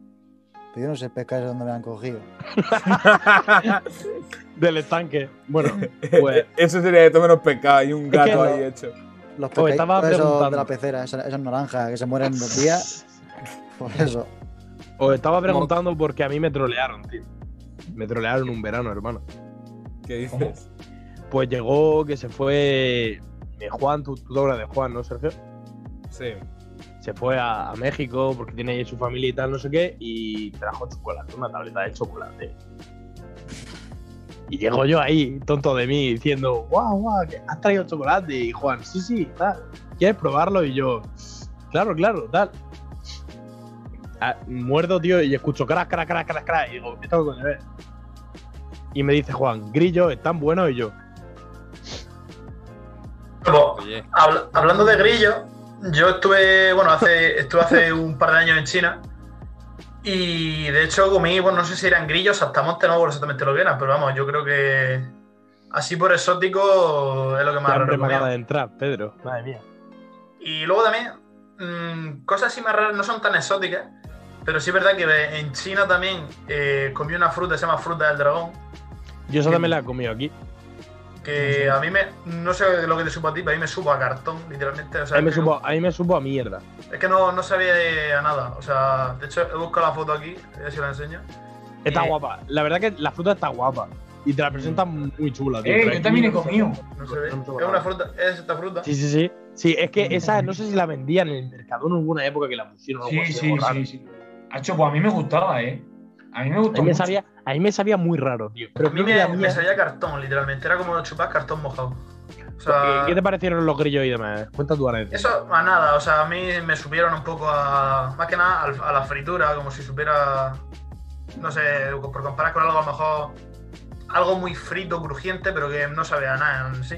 Pero yo no sé el pescado de dónde me han cogido. Del estanque. Bueno, pues Eso sería de todo menos pecado y un que gato no. ahí hecho. Los Pues estaba pescados esos de preguntando. la pecera, esas, esas naranjas que se mueren en dos días. Por eso. os estaba preguntando porque a mí me trolearon, tío. Me trolearon un verano, hermano. ¿Qué dices? Pues llegó que se fue de Juan, tu, tu doble de Juan, ¿no, Sergio? Sí. se fue a, a México porque tiene ahí su familia y tal, no sé qué, y trajo chocolate, una tableta de chocolate. Y llego yo ahí, tonto de mí, diciendo, guau, guau, que has traído chocolate. Y Juan, sí, sí, tal, ¿quieres probarlo? Y yo, claro, claro, tal. Ah, muerdo, tío, y escucho crack, crack, crack, crack, crack. Y digo, ¿esto qué coño es? Y me dice Juan, grillo, están buenos. Y yo, Como, Oye, Habla- hablando de grillo, yo estuve, bueno, hace, estuve hace un par de años en China y de hecho comí, bueno, no sé si eran grillos, hasta monte, no me acuerdo exactamente lo que eran, pero vamos, yo creo que así por exótico es lo que más qué raro hambre he me acaba comido. de entrar, Pedro. Madre mía. Y luego también, mm, cosas así más raras, no son tan exóticas, pero sí es verdad que en China también eh, comí una fruta, se llama fruta del dragón, Yo eso también la he comido aquí. que a mí me, no sé lo que te supo a ti, pero a mí me supo a cartón, literalmente. O sea, A mí me que- supo, a, mí me supo a mierda. Es que no, no sabía de- a nada. O sea, de hecho, he buscado la foto aquí, a ver si la enseño. Está Eh, guapa. La verdad que la fruta está guapa. Y te la Mm. presentan muy chula, tío. Eh, Pero yo es también he muy- comido. No se ve. No me supo Es una nada. fruta, es esta fruta. Sí, sí, sí. Sí, es Mm. que esa, no sé si la vendían en el mercado en alguna época que la pusieron. o algo Sí, así, sí, algo raro. sí, sí. Hacho, pues a mí me gustaba, ¿eh? A mí me A gustó. mí me mucho. sabía, a mí me sabía muy raro, tío. Pero a mí creo que la me, mía- me salía cartón, literalmente. Era como chupar cartón mojado. O ¿Qué- sea, ¿Qué te parecieron los grillos y demás? Cuenta tú ahora. eso a nada. O sea, a mí me supieron un poco a. Más que nada al- a la fritura, como si supiera. No sé, por comparar con algo a lo mejor. Algo muy frito, crujiente, pero que no sabía a nada en sí.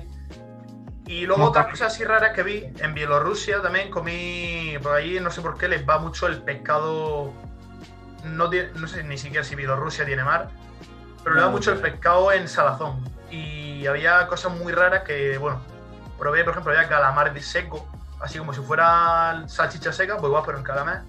Y luego No, otras papi. cosas así raras que vi en Bielorrusia también comí por ahí, no sé por qué les va mucho el pescado. No, tie- no sé ni siquiera si Bielorrusia tiene mar, pero le va No, mucho el pescado en salazón. Y había cosas muy raras que, bueno, probé, por ejemplo, había calamar de seco, así como si fuera salchicha seca, pues igual, pero en calamar.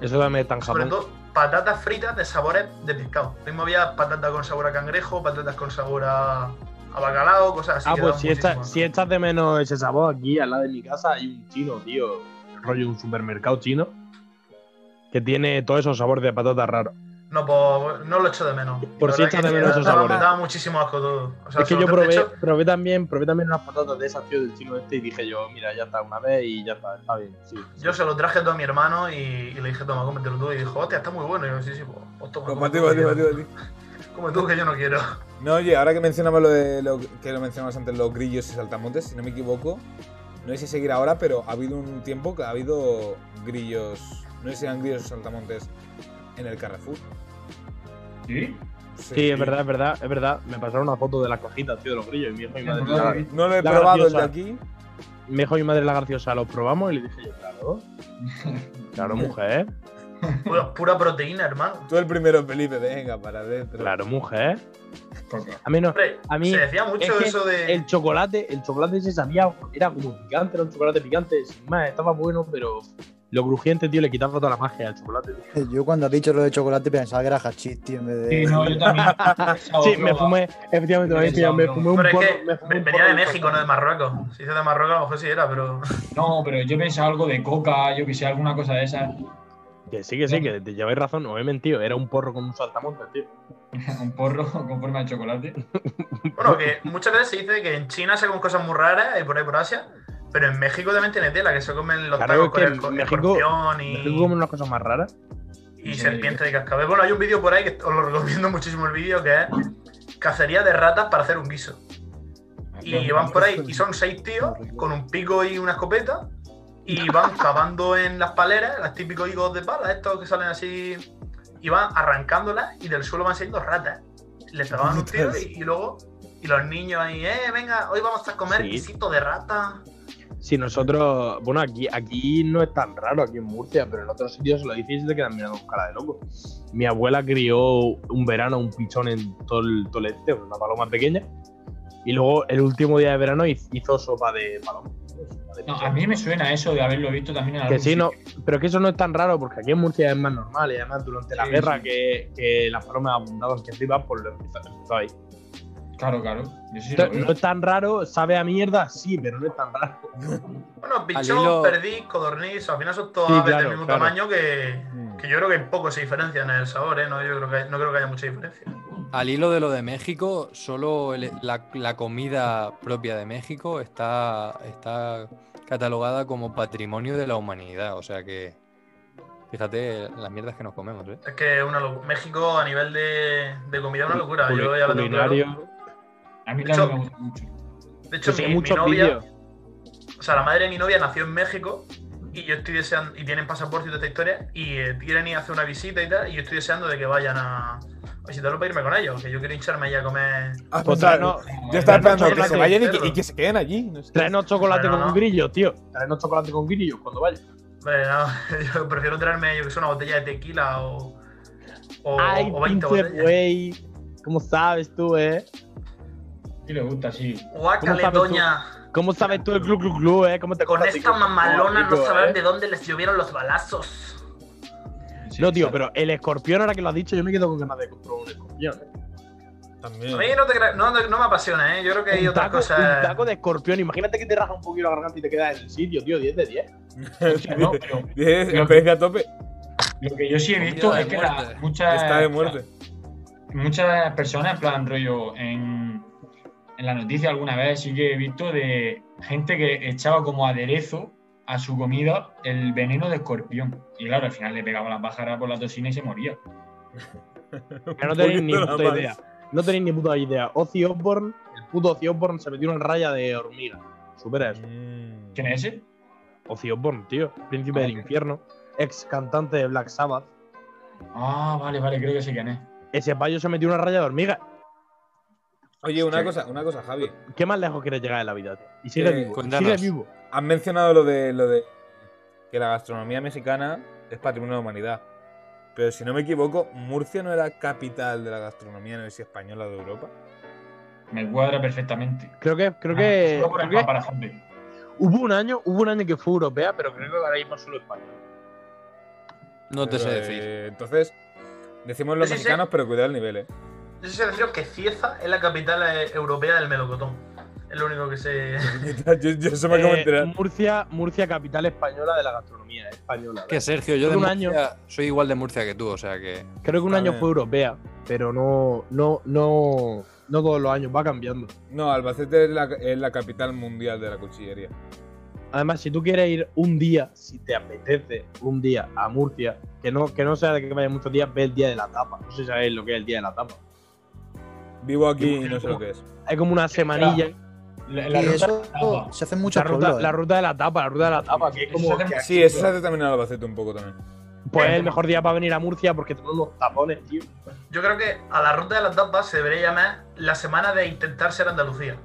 Eso también está en Sobre Japón. todo patatas fritas de sabores de pescado. Mismo había patatas con sabor a cangrejo, patatas con sabor a, a bacalao, cosas así. Ah, que pues daban si, muchísimo esta- asco. si echas de menos ese sabor aquí, al lado de mi casa hay un chino, tío. Rollo un supermercado chino. que tiene todos esos sabores de patata raros. No, pues no lo echo de menos. Por La si verdad echas que de menos esos daba- sabores. Daba muchísimo asco todo. O sea, es que yo absolutamente. probé, De hecho, probé también, probé también unas patatas de esas, tío, del chino este, y dije yo, mira, ya está una vez y ya está, está bien. Sí, Yo se lo traje todo a mi hermano y, y le dije, toma, cómetelo tú. Y dijo, hostia, está muy bueno. Y yo, sí, sí, pues, pues toma. Pues, come Mati, tú, Mati, que- Mati, Mati. Come tú, que yo no quiero. No, oye, ahora que mencionamos lo de lo que lo mencionamos antes, los grillos y saltamontes, si no me equivoco, no sé si seguir ahora, pero ha habido un tiempo que ha habido grillos, no sé si eran grillos o saltamontes en el Carrefour. ¿Sí? Sí, Sí, es verdad, es verdad, es verdad. Me pasaron una foto de las cajitas, tío, de los grillos. Y mi hijo y mi madre, Claro. No lo he La probado el de graciosa. aquí. mi hijo y mi madre la graciosa, los probamos y le dije yo, claro. Claro, mujer. Pura, pura proteína, hermano. Tú el primero, Felipe, venga, para adentro. Claro, mujer. A mí no. Hombre, A mí se decía es mucho que eso de. El chocolate, el chocolate se sabía, era como picante, era un chocolate picante, sin más, estaba bueno, pero lo crujiente, tío, le quitaba toda la magia al chocolate. tío. Yo cuando has dicho lo de chocolate pensaba que era hachís, tío, en vez de. Sí, no, yo también. Sí, me fumé, efectivamente, Yo me, pensaba, me no. fumé un Pero porro. es que me fumé un venía porro de México, no de Marruecos. Si dice de Marruecos, a lo mejor sí era, pero. No, pero yo pensaba algo de coca, yo que sé, alguna cosa de esas. Que sí, que sí, que te lleváis razón, no he mentido, era un porro con un saltamontes, tío. Un porro con forma de chocolate. Bueno, que muchas veces se dice que en China se comen cosas muy raras y por ahí por Asia. Pero en México también tiene tela, que se comen los Claro, es tacos con que el en con México- escorpión ¿Me y, explico como unas cosas más raras? y serpiente de cascabel. Bueno, hay un vídeo por ahí que os lo recomiendo muchísimo el vídeo, que es cacería de ratas para hacer un guiso. Y van por ahí, y son seis tíos con un pico y una escopeta, y van cavando en las paleras, los típicos higos de pala, estos que salen así, y van arrancándolas, y del suelo van saliendo ratas. Les pegaban un tiro y, y luego, y los niños ahí, eh, venga, hoy vamos a comer Sí. guisito de rata. Si nosotros, bueno, aquí, aquí no es tan raro, aquí en Murcia, pero en otros sitios lo dices y te quedan mirando con cara de loco. Mi abuela crió un verano un pichón en todo el tolete, una paloma pequeña, y luego el último día de verano hiz- hizo sopa de paloma. sopa de No, pichón. a mí me suena eso de haberlo visto también en Que algún sí, no, sitio. pero que eso no es tan raro porque aquí en Murcia es más normal y además durante la Sí, guerra sí. Que, que las palomas abundaban que arriba, pues lo empezó, empezó ahí. Claro, claro. Yo sí lo Entonces, veo. no es tan raro, sabe a mierda, sí, pero no es tan raro. Bueno, pichón, Al hilo- perdiz, codorniz, al final son todas Sí, aves claro, del mismo claro. tamaño que, Mm. que yo creo que poco se diferencian en el sabor, ¿eh? No, yo creo que, no creo que haya mucha diferencia. Al hilo de lo de México, solo el- la, la comida propia de México está, está catalogada como patrimonio de la humanidad. O sea que, fíjate las mierdas que nos comemos. ¿eh? Es que es una locura. México a nivel de, de comida es una locura. Yo ya lo tengo claro. Culinario. A mí de hecho- también me gusta mucho. De hecho, Sí, mi, hay mi muchos novia, vídeos. o sea, la madre de mi novia nació en México y yo estoy deseando, y tienen pasaporte y toda esta historia, y eh, quieren ir a hacer una visita y tal, y yo estoy deseando de que vayan a a visitarlo para irme con ellos, que yo quiero hincharme ya a comer. Ah, Pues o sea, tráenos, yo estaba Pero no esperando que chocolate se vayan y que, entero. y que se queden allí. no sé. tráenos chocolate Pero con no. un grillo, tío. Tráenos chocolate con grillo cuando vaya. Hombre, no, yo prefiero traerme, yo que sé, una botella de tequila o, o, Ay, o 20 pinche botellas. güey. ¿Cómo sabes tú, eh? Sí le gusta, sí. ¿Cómo Guácale, sabes tú? "Ah, doña. ¿Cómo sabes tú el club club club, eh? ¿Cómo te Con cortas, esta tío? mamalona no Rico, sabrán eh. de dónde les llovieron los balazos. Sí, No, tío, sí. pero el escorpión, ahora que lo has dicho, yo me quedo con ganas de comprar un escorpión. eh. También. A mí no, te cre- no, no me apasiona, ¿eh? Yo creo que hay Un, otras taco, un cosas. taco de escorpión, imagínate que te raja un poquito la garganta y te quedas en el sitio, tío, 10 de 10. No, pero Dices, experiencia a tope. lo que yo sí he Comida visto de es que la- muerte. muchas, Está de muerte. muchas personas, en plan rollo, en, en la noticia alguna vez sí que he visto de gente que echaba como aderezo a su comida el veneno de escorpión. Y claro, al final le pegaba las pájaras por la toxina y se moría. Que no tenéis ni Poquito nada puta más. idea. No tenéis ni puta idea. Ozzy Osbourne, el puto Ozzy Osbourne se metió una raya de hormiga. Supera eso. Mm. ¿Quién es ese? Ozzy Osbourne, tío. Príncipe del infierno. Ex cantante de Black Sabbath. Ah, vale, vale, creo que sé quién es. Ese payo se metió una raya de hormiga. Oye, una Hostia. cosa, una cosa, Javi. ¿Qué más lejos quieres llegar en la vida, tío? Y sigue Eh, vivo. cuéntanos. Sigue vivo. Has mencionado lo de lo de que la gastronomía mexicana es patrimonio de la humanidad. Pero si no me equivoco, Murcia no era capital de la gastronomía no sé si española de Europa. Me cuadra perfectamente. Creo que, creo Ah, que, solo por el creo que paparazzote. hubo un año, hubo un año que fue europea, pero creo que ahora mismo es solo España. No te Pero, sé eh, decir. entonces, decimos los Pues Sí, sí, sí. mexicanos, pero cuidado el nivel, eh. Yo sé deciros que Cieza es la capital eh, europea del melocotón. Es lo único que sé. yo, yo se me acabo de Eh, enterar. Murcia, Murcia, capital española de la gastronomía eh, española. Que Sergio, yo de Un Murcia, año. soy igual de Murcia que tú, o sea que. Creo que un A año ver. fue europea, pero no, no, no, no todos los años, va cambiando. No, Albacete es la, es la capital mundial de la cuchillería. Además, si tú quieres ir un día, si te apetece un día a Murcia, que no, que no sea de que vaya muchos días, ve el día de la tapa. No sé si sabéis lo que es el día de la tapa. Vivo aquí y no sé lo que es. Hay como una semanilla. La, la Y ruta eso tapa. se hace en muchos La ruta, pueblos. la eh. ruta de la tapa, la ruta de la tapa, que es como. Eso se que- Sí, eso se hace también en Albacete un poco también. Pues es el mejor día para venir a Murcia porque tenemos unos tapones, tío. Yo creo que a la ruta de las tapas se debería llamar la semana de intentar ser Andalucía.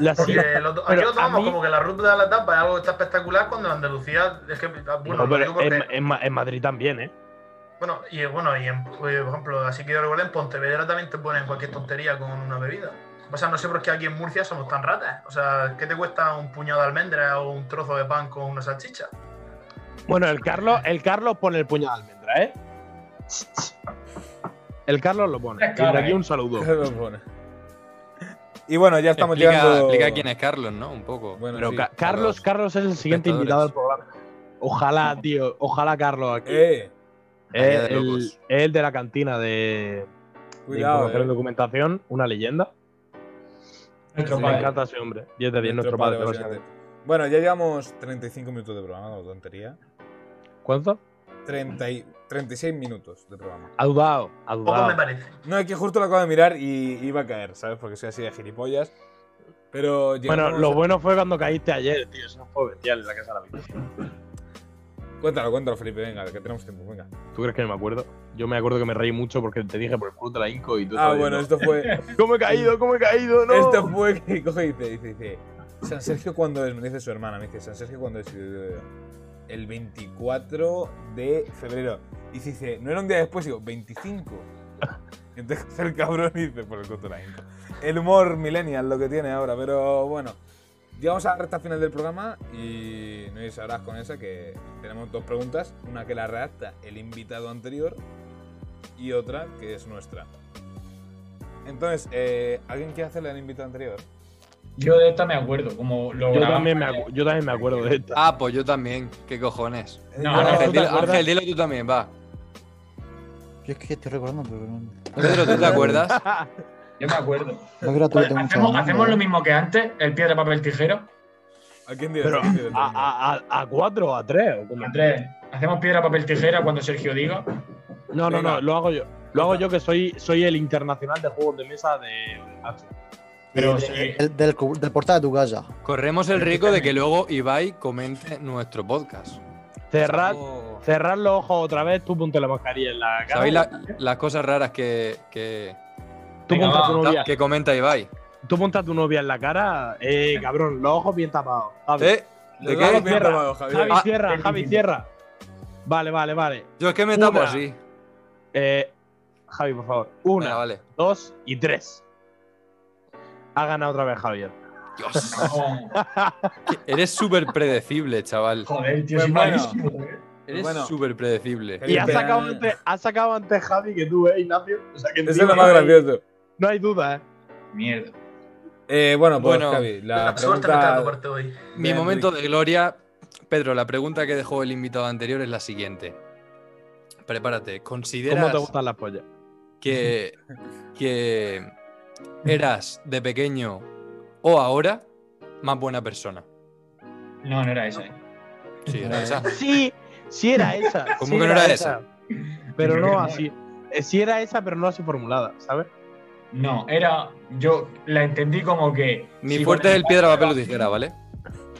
La Porque sierra- lo, aquí Pero lo tomamos a mí- como que la ruta de la tapa es algo que está espectacular cuando en Andalucía es que ah, bueno, No, lo pero digo porque- en, en Ma- en Madrid también, ¿eh? bueno, y bueno, y en- pues, por ejemplo, así que yo recuerdo en Pontevedra también te ponen cualquier tontería con una bebida. O sea, no sé por qué aquí en Murcia somos tan ratas. O sea, ¿qué te cuesta un puñado de almendra o un trozo de pan con una salchicha? Bueno, el Carlos, el Carlos pone el puño de almendra, ¿eh? El Carlos lo pone. Es Y por cara, aquí ¿eh? un saludo. Lo pone. Y bueno, ya estamos explica, llegando. explica quién es Carlos, ¿no? Un poco. Bueno, Pero sí, Ca- Carlos, Carlos es el siguiente espectadores. invitado del programa. Ojalá, tío, ojalá Carlos aquí. Eh, es, Allá de el, locos. es el de la cantina de, de cuidado. información y eh. documentación, una leyenda. Nuestro Sí. Me padre. encanta ese hombre. 10 de 10, nuestro, padre. básicamente. Bueno, ya llevamos 35 minutos de programa, no tontería. básicamente. ¿Cuánto? 30 y- 36 minutos de programa. Ha dudado, ha Poco dudado. me parece. No, es que justo lo acabo de mirar y iba a caer, ¿sabes? Porque soy así de gilipollas. Pero Bueno, llegamos lo a- bueno fue cuando caíste ayer, tío. Eso fue bestial en la casa de la vida. Cuéntalo, cuéntalo, Felipe, venga, que tenemos tiempo, venga. ¿Tú crees que no me acuerdo? Yo me acuerdo que me reí mucho porque te dije por el culo de la Inco y tú. Ah, estabas bueno, diciendo, esto fue. ¿Cómo he caído? ¿Cómo he caído? No. Esto fue que coge y dice, dice, dice, San Sergio cuando es, me dice su hermana, me dice, San Sergio cuando es Y yo, yo, yo, el 24 de febrero. Y dice, dice, no era un día después, digo, 25. Y Entonces el cabrón dice, por el coto la Inca. El humor millennial lo que tiene ahora, pero bueno. Llegamos a la recta final del programa y no os sabrás con esa que tenemos dos preguntas, una que la redacta el invitado anterior y otra que es nuestra. Entonces, eh, ¿alguien quiere hacerle al invitado anterior? Yo de esta me acuerdo, como lo Yo grabamos también, me ayer. acu- yo también me acuerdo de esta. Ah, pues yo también. ¿Qué cojones? No, Yo- no, Ángel, Ah, ¿tú dilo, te acuerdas? Ángel, dilo tú también, va. Yo es que estoy recordando, pero no. Pedro, ¿tú te acuerdas? Yo me acuerdo. No creo que Pues, tengo mucho hacemos, más, ¿eh? hacemos ¿no? lo mismo que antes, el piedra, papel, tijera. ¿A quién dices? Pero ¿A quién dices? ah, a, a, a, a cuatro o a tres. o como- Andrés, hacemos piedra, papel, tijera cuando Sergio diga. No, no, Venga. no, lo hago yo. Lo hago yo que soy, soy el internacional de juegos de mesa de Nacho. Pero De- sí. del, del, cu- del portal de tu casa. Corremos el riesgo de que luego Ibai comente nuestro podcast. Cerrad, Oh. cerrad los ojos otra vez, tú ponte la mascarilla en la cara. ¿Sabéis la- las cosas raras que, que, Tú Venga, ponte a va, tu novia. que comenta Ibai? Tú ponte a tu novia en la cara. Eh, cabrón, los ojos bien tapados. Javi, ¿Eh? Los ¿De dos qué? bien Cierra. tomados, Javier. Javi Ah, cierra, el Javi límite. cierra. Vale, vale, vale. Yo es que me tapo Una. así. Eh, Javi, por favor. Una, Venga, vale. dos y tres. Ha ganado otra vez Javier. Dios. No, Eres súper predecible, chaval. joder, tío, Pues es bueno. malísimo. eh. Eres bueno. súper predecible. Qué Y ha bien. sacado, antes, ha sacado antes Javi que tú, ¿eh, Ignacio? O sea, que Eso es encima lo más no hay- gracioso. No hay duda, ¿eh? Mierda. Eh, bueno, pues Bueno, Javi, la, La suerte no está de tu pregunta... parte hoy. Mi Bien, momento Enrique. de gloria. Pedro, la pregunta que dejó el invitado anterior es la siguiente. Prepárate. ¿Cómo ¿Consideras te gustan las pollas? que, que eras de pequeño o ahora más buena persona? No, no era esa. eh. Sí, era esa. Sí, sí era esa. ¿Cómo sí que no era Pero Yo creo no que así. Eh, Sí era esa, pero no así formulada, ¿sabes? No, era. Yo la entendí como que. Mi si fuerte con es el piedra, paso papel o de los- tijera, ¿vale?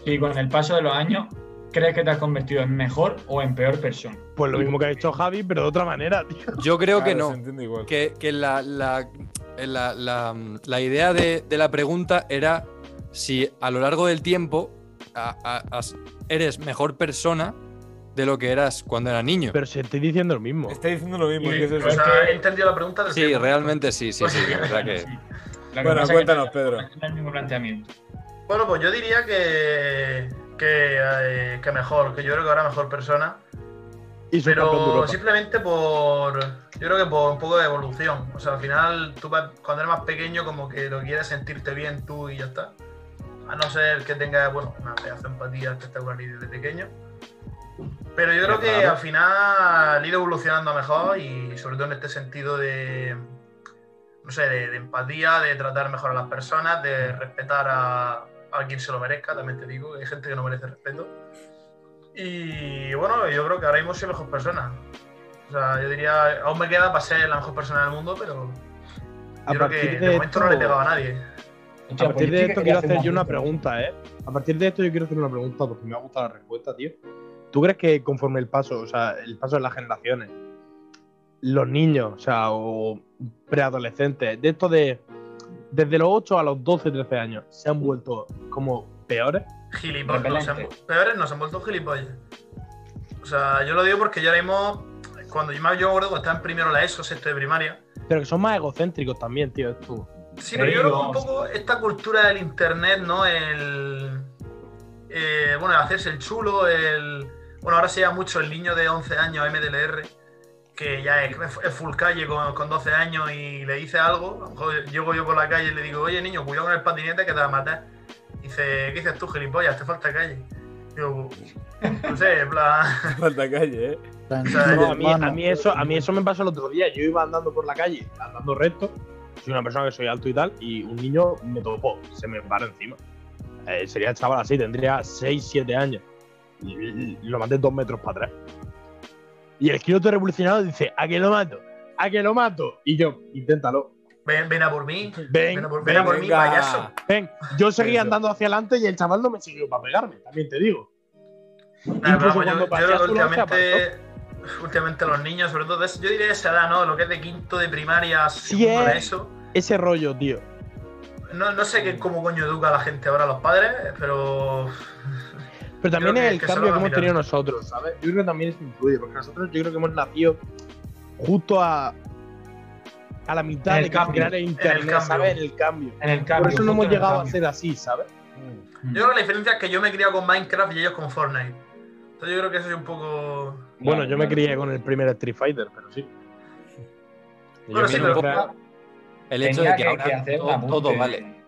Si con el paso de los años crees que te has convertido en mejor o en peor persona. Pues lo mismo que ha dicho Javi, pero de otra manera, tío. Yo creo que Claro, se no. entiende igual. Que, que la, la- eh, la- la- mm, la idea de, de la pregunta era si a lo largo del tiempo a- a- as- eres mejor persona de lo que eras cuando era niño. Pero si estoy diciendo lo mismo. Está diciendo lo mismo. Sí, ¿qué es eso? O sea, he entendido la pregunta del Sí, tiempo. realmente sí, sí, sí. La verdad que... Lo que Bueno, pasa es que cuéntanos, no- Pedro. no era el mismo planteamiento. Bueno, pues yo diría que, que, eh, que mejor, que yo creo que ahora mejor persona. Y soy campeón de Pero Europa. simplemente por. Yo creo que por un poco de evolución. O sea, al final, tú pa- cuando eres más pequeño, como que lo quieres sentirte bien tú y ya está. A no ser que tenga, bueno, una pedazo de empatía espectacular y desde pequeño. Pero yo creo que Claro. al final ha ido evolucionando a mejor y sobre todo en este sentido de, no sé, de, de empatía, de tratar mejor a las personas, de Mm. respetar a, a quien se lo merezca, también te digo, que hay gente que no merece respeto. Y bueno, yo creo que ahora mismo soy mejor persona. O sea, yo diría, aún me queda para ser la mejor persona del mundo, pero A yo creo que partir de, de momento no le he esto- pegado a nadie. A partir de esto quiero hacer yo una pregunta, ¿eh? A partir de esto yo quiero hacer una pregunta porque me ha gustado la respuesta, tío. ¿Tú crees que conforme el paso, o sea, el paso de las generaciones, los niños, o sea, o preadolescentes, de esto de desde los 8 a los 12, 13 años, se han vuelto como peores? Gilipollas. no, se han- Repelente. peores no, se han vuelto gilipollas. O sea, yo lo digo porque yo ahora mismo, cuando yo me yo me acuerdo cuando estaba en primero la ESO, sexto de primaria. Pero que son más egocéntrico también, tío. Esto. Sí, pero yo creo que un Creímos. poco esta cultura del internet, ¿no? El. eh, bueno, el hacerse el chulo, el. Bueno, ahora se llama mucho el niño de 11 años MDLR, que ya es, es full calle con, con 12 años y le dice algo. A lo mejor llego yo por la calle y le digo, oye niño, cuidado con el patinete que te va a matar. Dice, ¿qué dices tú, gilipollas? Te falta calle. Digo, no sé, en plan. Falta calle, ¿eh? Tranquilo, No, a, mí, hermano. a mí eso, a mí eso me pasó el otro día. Yo iba andando por la calle, andando recto. Soy una persona que soy alto y tal, y un niño me topó, se me paró encima. Eh, sería el chaval así, tendría 6, 7 años. Y Lo maté dos metros para atrás. Y el esquiloto revolucionado dice, ¿a que lo mato? ¿A que lo mato? Y yo, inténtalo. Ven, ven a por mí. Ven, Ven a por, ven ven, a por mí, Venga. payaso. ven. Yo seguía Eso. andando hacia adelante y el chaval no me siguió para pegarme, también te digo. Nah, pero Incluso vamos, pues, cuando yo- yo, creo que pateas tú la últimamente, últimamente los niños, sobre todo, de esa- yo diría esa edad, ¿no? Lo que es de quinto de primaria, segundo es. de eso. Ese rollo, tío. No, no sé qué, cómo coño educa a la gente ahora los padres, pero. Pero también Creo que- es el que cambio solo que va hemos tenido nosotros, ¿sabes? Yo creo que también eso influye, porque nosotros yo creo que hemos nacido justo a, a la mitad En el de cambio, crear el internet, cambio. ¿sabes? En el cambio. En el cambio. Por eso no hemos justo en el llegado a cambio. ser así, ¿sabes? Yo creo que la diferencia es que yo me he criado con Minecraft y ellos con Fortnite. Entonces yo creo que eso es un poco. Bueno, yo me claro. crié con el primer Street Fighter, pero sí. Yo Bueno, creo sí, que pero- el hecho Tenía que, de que que ahora hacer un to- apunte. todo vale.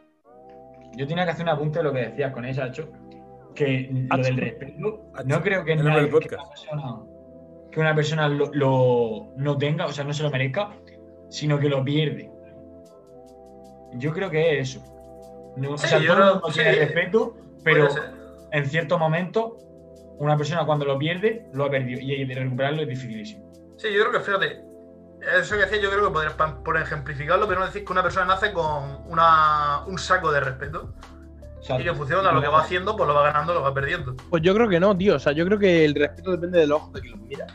Yo tenía que hacer un apunte de lo que decías con ella, Acho. Que lo Acho. del respeto, Acho. no creo que, El nombre nadie- del que una podcast. persona, que una persona lo, lo- no tenga, o sea, no se lo merezca, sino que lo pierde. Yo creo que es eso. No, Sí, o sea, yo todo el no- mundo sí. tiene respeto, pero Puede ser. en cierto momento, una persona cuando lo pierde, lo ha perdido. Y de recuperarlo es dificilísimo. Sí, yo creo que, fíjate, eso que decía, yo creo que podría, pa- por ejemplificarlo, pero no decir que una persona nace con una, un saco de respeto. O sea, Y que funciona lo que va haciendo, pues lo va ganando, lo va perdiendo. Pues yo creo que no, tío. O sea, yo creo que el respeto depende del ojo de quien lo mira.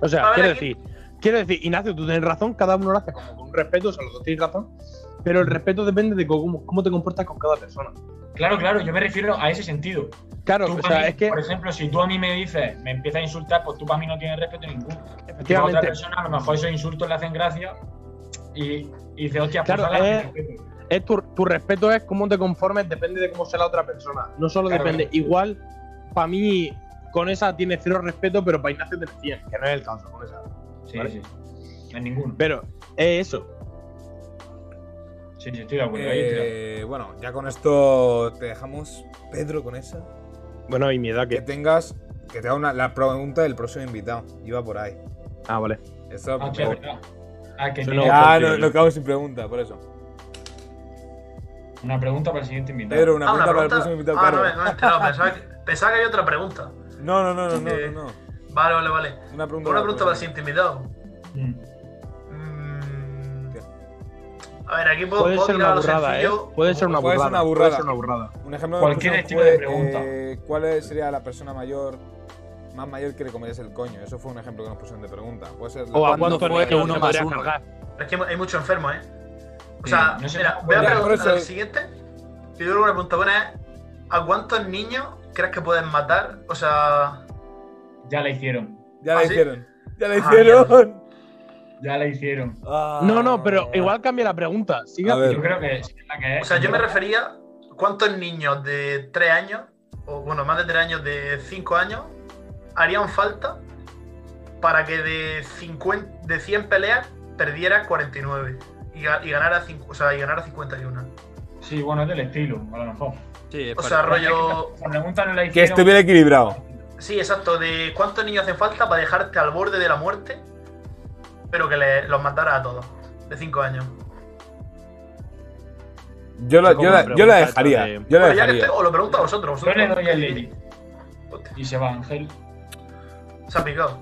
O sea, A ver, quiero aquí- decir, quiero decir, Ignacio, tú tienes razón, cada uno lo hace como con respeto, o sea, los dos tienen razón, pero el respeto depende de cómo, cómo te comportas con cada persona. Claro, claro, yo me refiero a ese sentido. Claro, Tú o pa' sea, mí, es que Por ejemplo, si tú a mí me dices, me empiezas a insultar, pues tú para mí no tienes respeto ninguno. Tú a otra efectivamente persona, a lo mejor esos insultos le hacen gracia y, y dice, hostia, pues Claro, ala, es- me respeto. es tu, tu respeto es cómo te conformes, depende de cómo sea la otra persona. No solo Claro. depende, igual, para mí, con esa tiene cero respeto, pero para Ignacio tiene 100, que no es el caso con esa. Sí, Vale. sí. No es ninguno. Pero es eso. Sí, sí, estoy de acuerdo. ahí estoy de acuerdo. Eh, bueno, ya con esto te dejamos, Pedro, con esa. Bueno, y mi edad Que que. tengas, que te haga una, la pregunta del próximo invitado. Iba por ahí. Ah, vale. Eso Ah, hostia, verdad. Ah, que Eso tiene no- ya porque- no- lo cago sin pregunta, por eso. una pregunta para el siguiente invitado. Pedro, una Ah, pregunta, para el pregunta- próximo invitado, Ah, claro. no, me- no me he enterado, pensaba que, pensaba que había otra pregunta. No, no, no, no, no, Eh, no, no. Vale, vale, vale. Una pregunta. Una pregunta para el siguiente invitado. Mm. Mm. ¿Qué? A ver, aquí puedo, Puede puedo ser tirar una a lo burrada, ¿eh? sencillo. Puede ser una Puede ser burrada. una Puede burrada. ser una burrada. Un ejemplo de Cualquier persona estilo de fue, pregunta. eh, ¿Cuál sería la persona mayor, más mayor que le comerías el coño? Eso fue un ejemplo que nos pusieron de pregunta. Puede ser la- O a cuánto ¿Cuándo fue niño uno se más podría uno? cargar. Es que hay muchos enfermos, ¿eh? O sea, no sé mira, cómo voy a podría- por preguntar eso- al siguiente. Que yo creo que una pregunta buena es: ¿a cuántos niños crees que pueden matar? O sea, Ya la hicieron. Ya la ¿Ah, sí? hicieron. Ya la Ah, hicieron. Ya la hicieron. Ah. No, no, pero igual cambia la pregunta. Sigue A ver. Yo creo que sí, es la que es. o sea, yo me refería: ¿cuántos niños de 3 años, o bueno, más de 3 años, de 5 años, harían falta para que de, 50, de 100 peleas perdiera 49 y, ga- y ganara, cincu- o sea, y ganara 51? Sí, bueno, es del estilo, a lo mejor. Sí, es O para- sea, rollo. La pregunta no la Que hicieron. estuviera equilibrado. Sí, exacto, de cuántos niños hace falta para dejarte al borde de la muerte, pero que le- los matara a todos, de 5 años. Yo la, Es como yo la- una yo la pregunta dejaría. esta de- Yo la Bueno, ya que dejaría. estoy, os lo pregunto a vosotros. Yo vosotros le doy ¿qué al diréis? Lady Hostia, y se va Ángel. Se ha picado.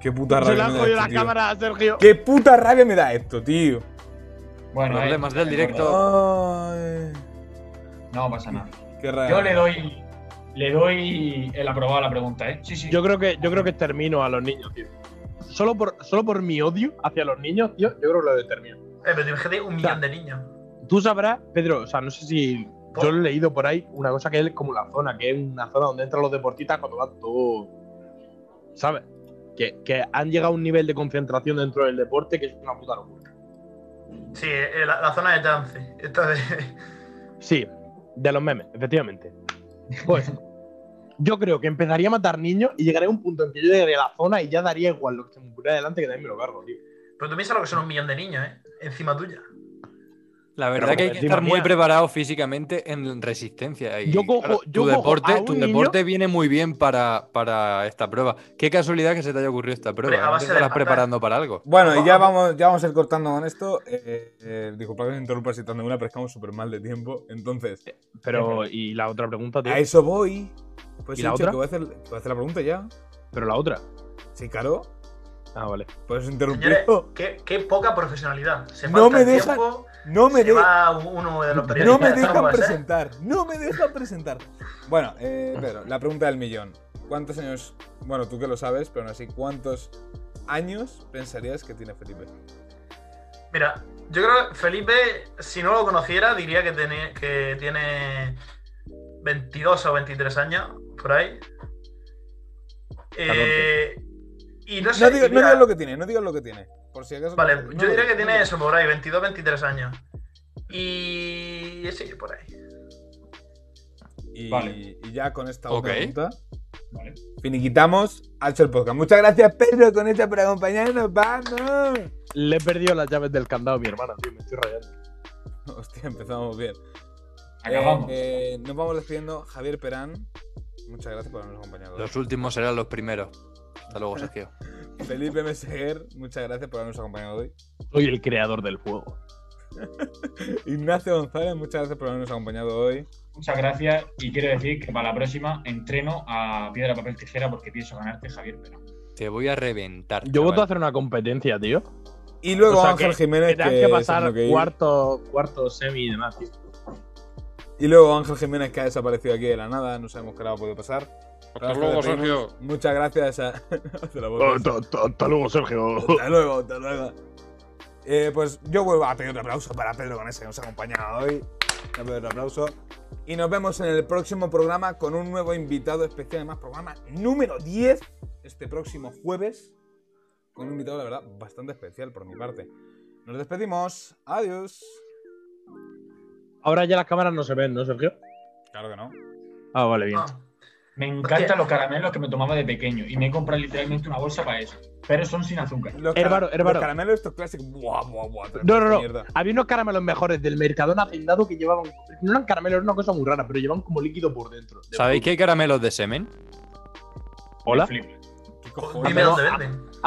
Qué puta Se le rabia ha me da jodido esto, la tío. cámara a Sergio. Qué puta rabia me da esto, tío. Bueno, Problemas eh, del eh, directo. Ay, No pasa nada. qué rabia. Yo le doy. Le doy el aprobado a la pregunta, ¿eh? Sí, sí. Yo creo que, yo creo que termino a los niños, tío. Solo por, solo por mi odio hacia los niños, tío, yo creo que lo determino. Eh, pero te imagínate un millón de niños. Tú sabrás, Pedro, o sea, no sé si yo lo he leído por ahí, una cosa que es como la zona, que es una zona donde entran los deportistas cuando van todos. ¿Sabes? Que, que han llegado a un nivel de concentración dentro del deporte que es una puta locura. Sí, eh, la, la zona de trance. Esta de. Sí, de los memes, efectivamente. Pues, yo creo que empezaría a matar niños y llegaría a un punto en que yo llegaría a la zona y ya daría igual lo que se me ocurriera adelante que también me lo cargo, tío. Pero tú piensas lo que son un millón de niños, ¿eh? Encima tuya. La verdad Pero que hay por que encima estar muy mía. preparado físicamente en resistencia. Y, Yo cojo- claro, yo tu cojo deporte, a un tu niño- deporte viene muy bien para, para esta prueba. Qué casualidad que se te haya ocurrido esta prueba. Hombre, a ¿no? base Te de estarás patas. preparando para algo. Bueno, y ya vamos, ya vamos a ir cortando con esto. Eh, eh, disculpad que os interrumpa si tan de una, pero es que vamos súper mal de tiempo. Entonces, Pero, y la otra pregunta, tío. a eso voy. Pues ¿Y he la dicho otra? que voy a, hacer, que voy a hacer la pregunta ya. Pero la otra. Sí, claro. Ah, vale. Pues Señores, interrumpido. qué, qué poca profesionalidad. Se No falta me el dejan- tiempo, No me se de, va uno de no los periodistas. ¿eh? me Esto no dejan puede ser. presentar. No me dejan presentar. Bueno, eh, Pedro, la pregunta del millón. ¿Cuántos años? Bueno, tú que lo sabes, pero no así. ¿Cuántos años pensarías que tiene Felipe? Mira, yo creo que Felipe, si no lo conociera, diría que tiene, que tiene 22 o 23 años, por ahí. Eh, y no sé. No y digas, no mira, digas lo que tiene, no digas lo que tiene. Por si acaso. Vale, no lo- no yo lo diría que digas, tiene no lo eso, por ahí, 22, 23 años. Y. Sí, por ahí. digas. Y, Vale. y ya con esta Ok. otra pregunta. Vale. Finiquitamos al el podcast. Muchas gracias, Pedro, con esta por acompañarnos. ¡Vamos! Le he perdido las llaves del candado a mi hermana, tío. Me estoy rayando. Hostia, empezamos bien. Acabamos. Eh, eh, nos vamos despidiendo. Javier Perán, muchas gracias por habernos acompañado. Los últimos serán los primeros. Hasta luego, Sergio. Felipe Meseguer, muchas gracias por habernos acompañado hoy. Soy el creador del fuego. Ignacio González, muchas gracias por habernos acompañado hoy. Muchas gracias y quiero decir que para la próxima entreno a piedra, papel, tijera porque pienso ganarte, Javier Perón. Te voy a reventar. Yo voto a chaval. hacer una competencia, tío. Y luego O sea, Ángel que- Jiménez, Que que, tengan que se ha pasar tenido que ir. cuarto, cuarto semi y demás, tío. Y luego Ángel Jiménez, que ha desaparecido aquí de la nada. No sabemos qué le ha podido pasar. Hasta luego, Sergio. Muchas gracias a. Hazte la boca. Hasta luego, Sergio. Hasta luego, hasta luego. Eh, pues yo vuelvo a pedir un aplauso para Pedro Conesa que nos ha acompañado hoy. Un pedir un aplauso. Y nos vemos en el próximo programa con un nuevo invitado especial, además programa número 10, este próximo jueves. Con un invitado, la verdad, bastante especial por mi parte. Nos despedimos. Adiós. Ahora ya las cámaras no se ven, ¿no, Sergio? Claro que no. Ah, vale, bien. Ah, Me encantan los caramelos que me tomaba de pequeño y me he comprado literalmente una bolsa para eso. Pero son sin azúcar. Los, Hervaro, cara- hervaro. los caramelos estos clásicos. Buah, buah, buah. No, no, no. mierda. Había unos caramelos mejores del Mercadona Hacendado que llevaban. No eran caramelos, era una cosa muy rara, pero llevaban como líquido por dentro. De- ¿Sabéis que hay caramelos de semen? Hola. Flipo. ¿Qué cojones? Dime dónde venden.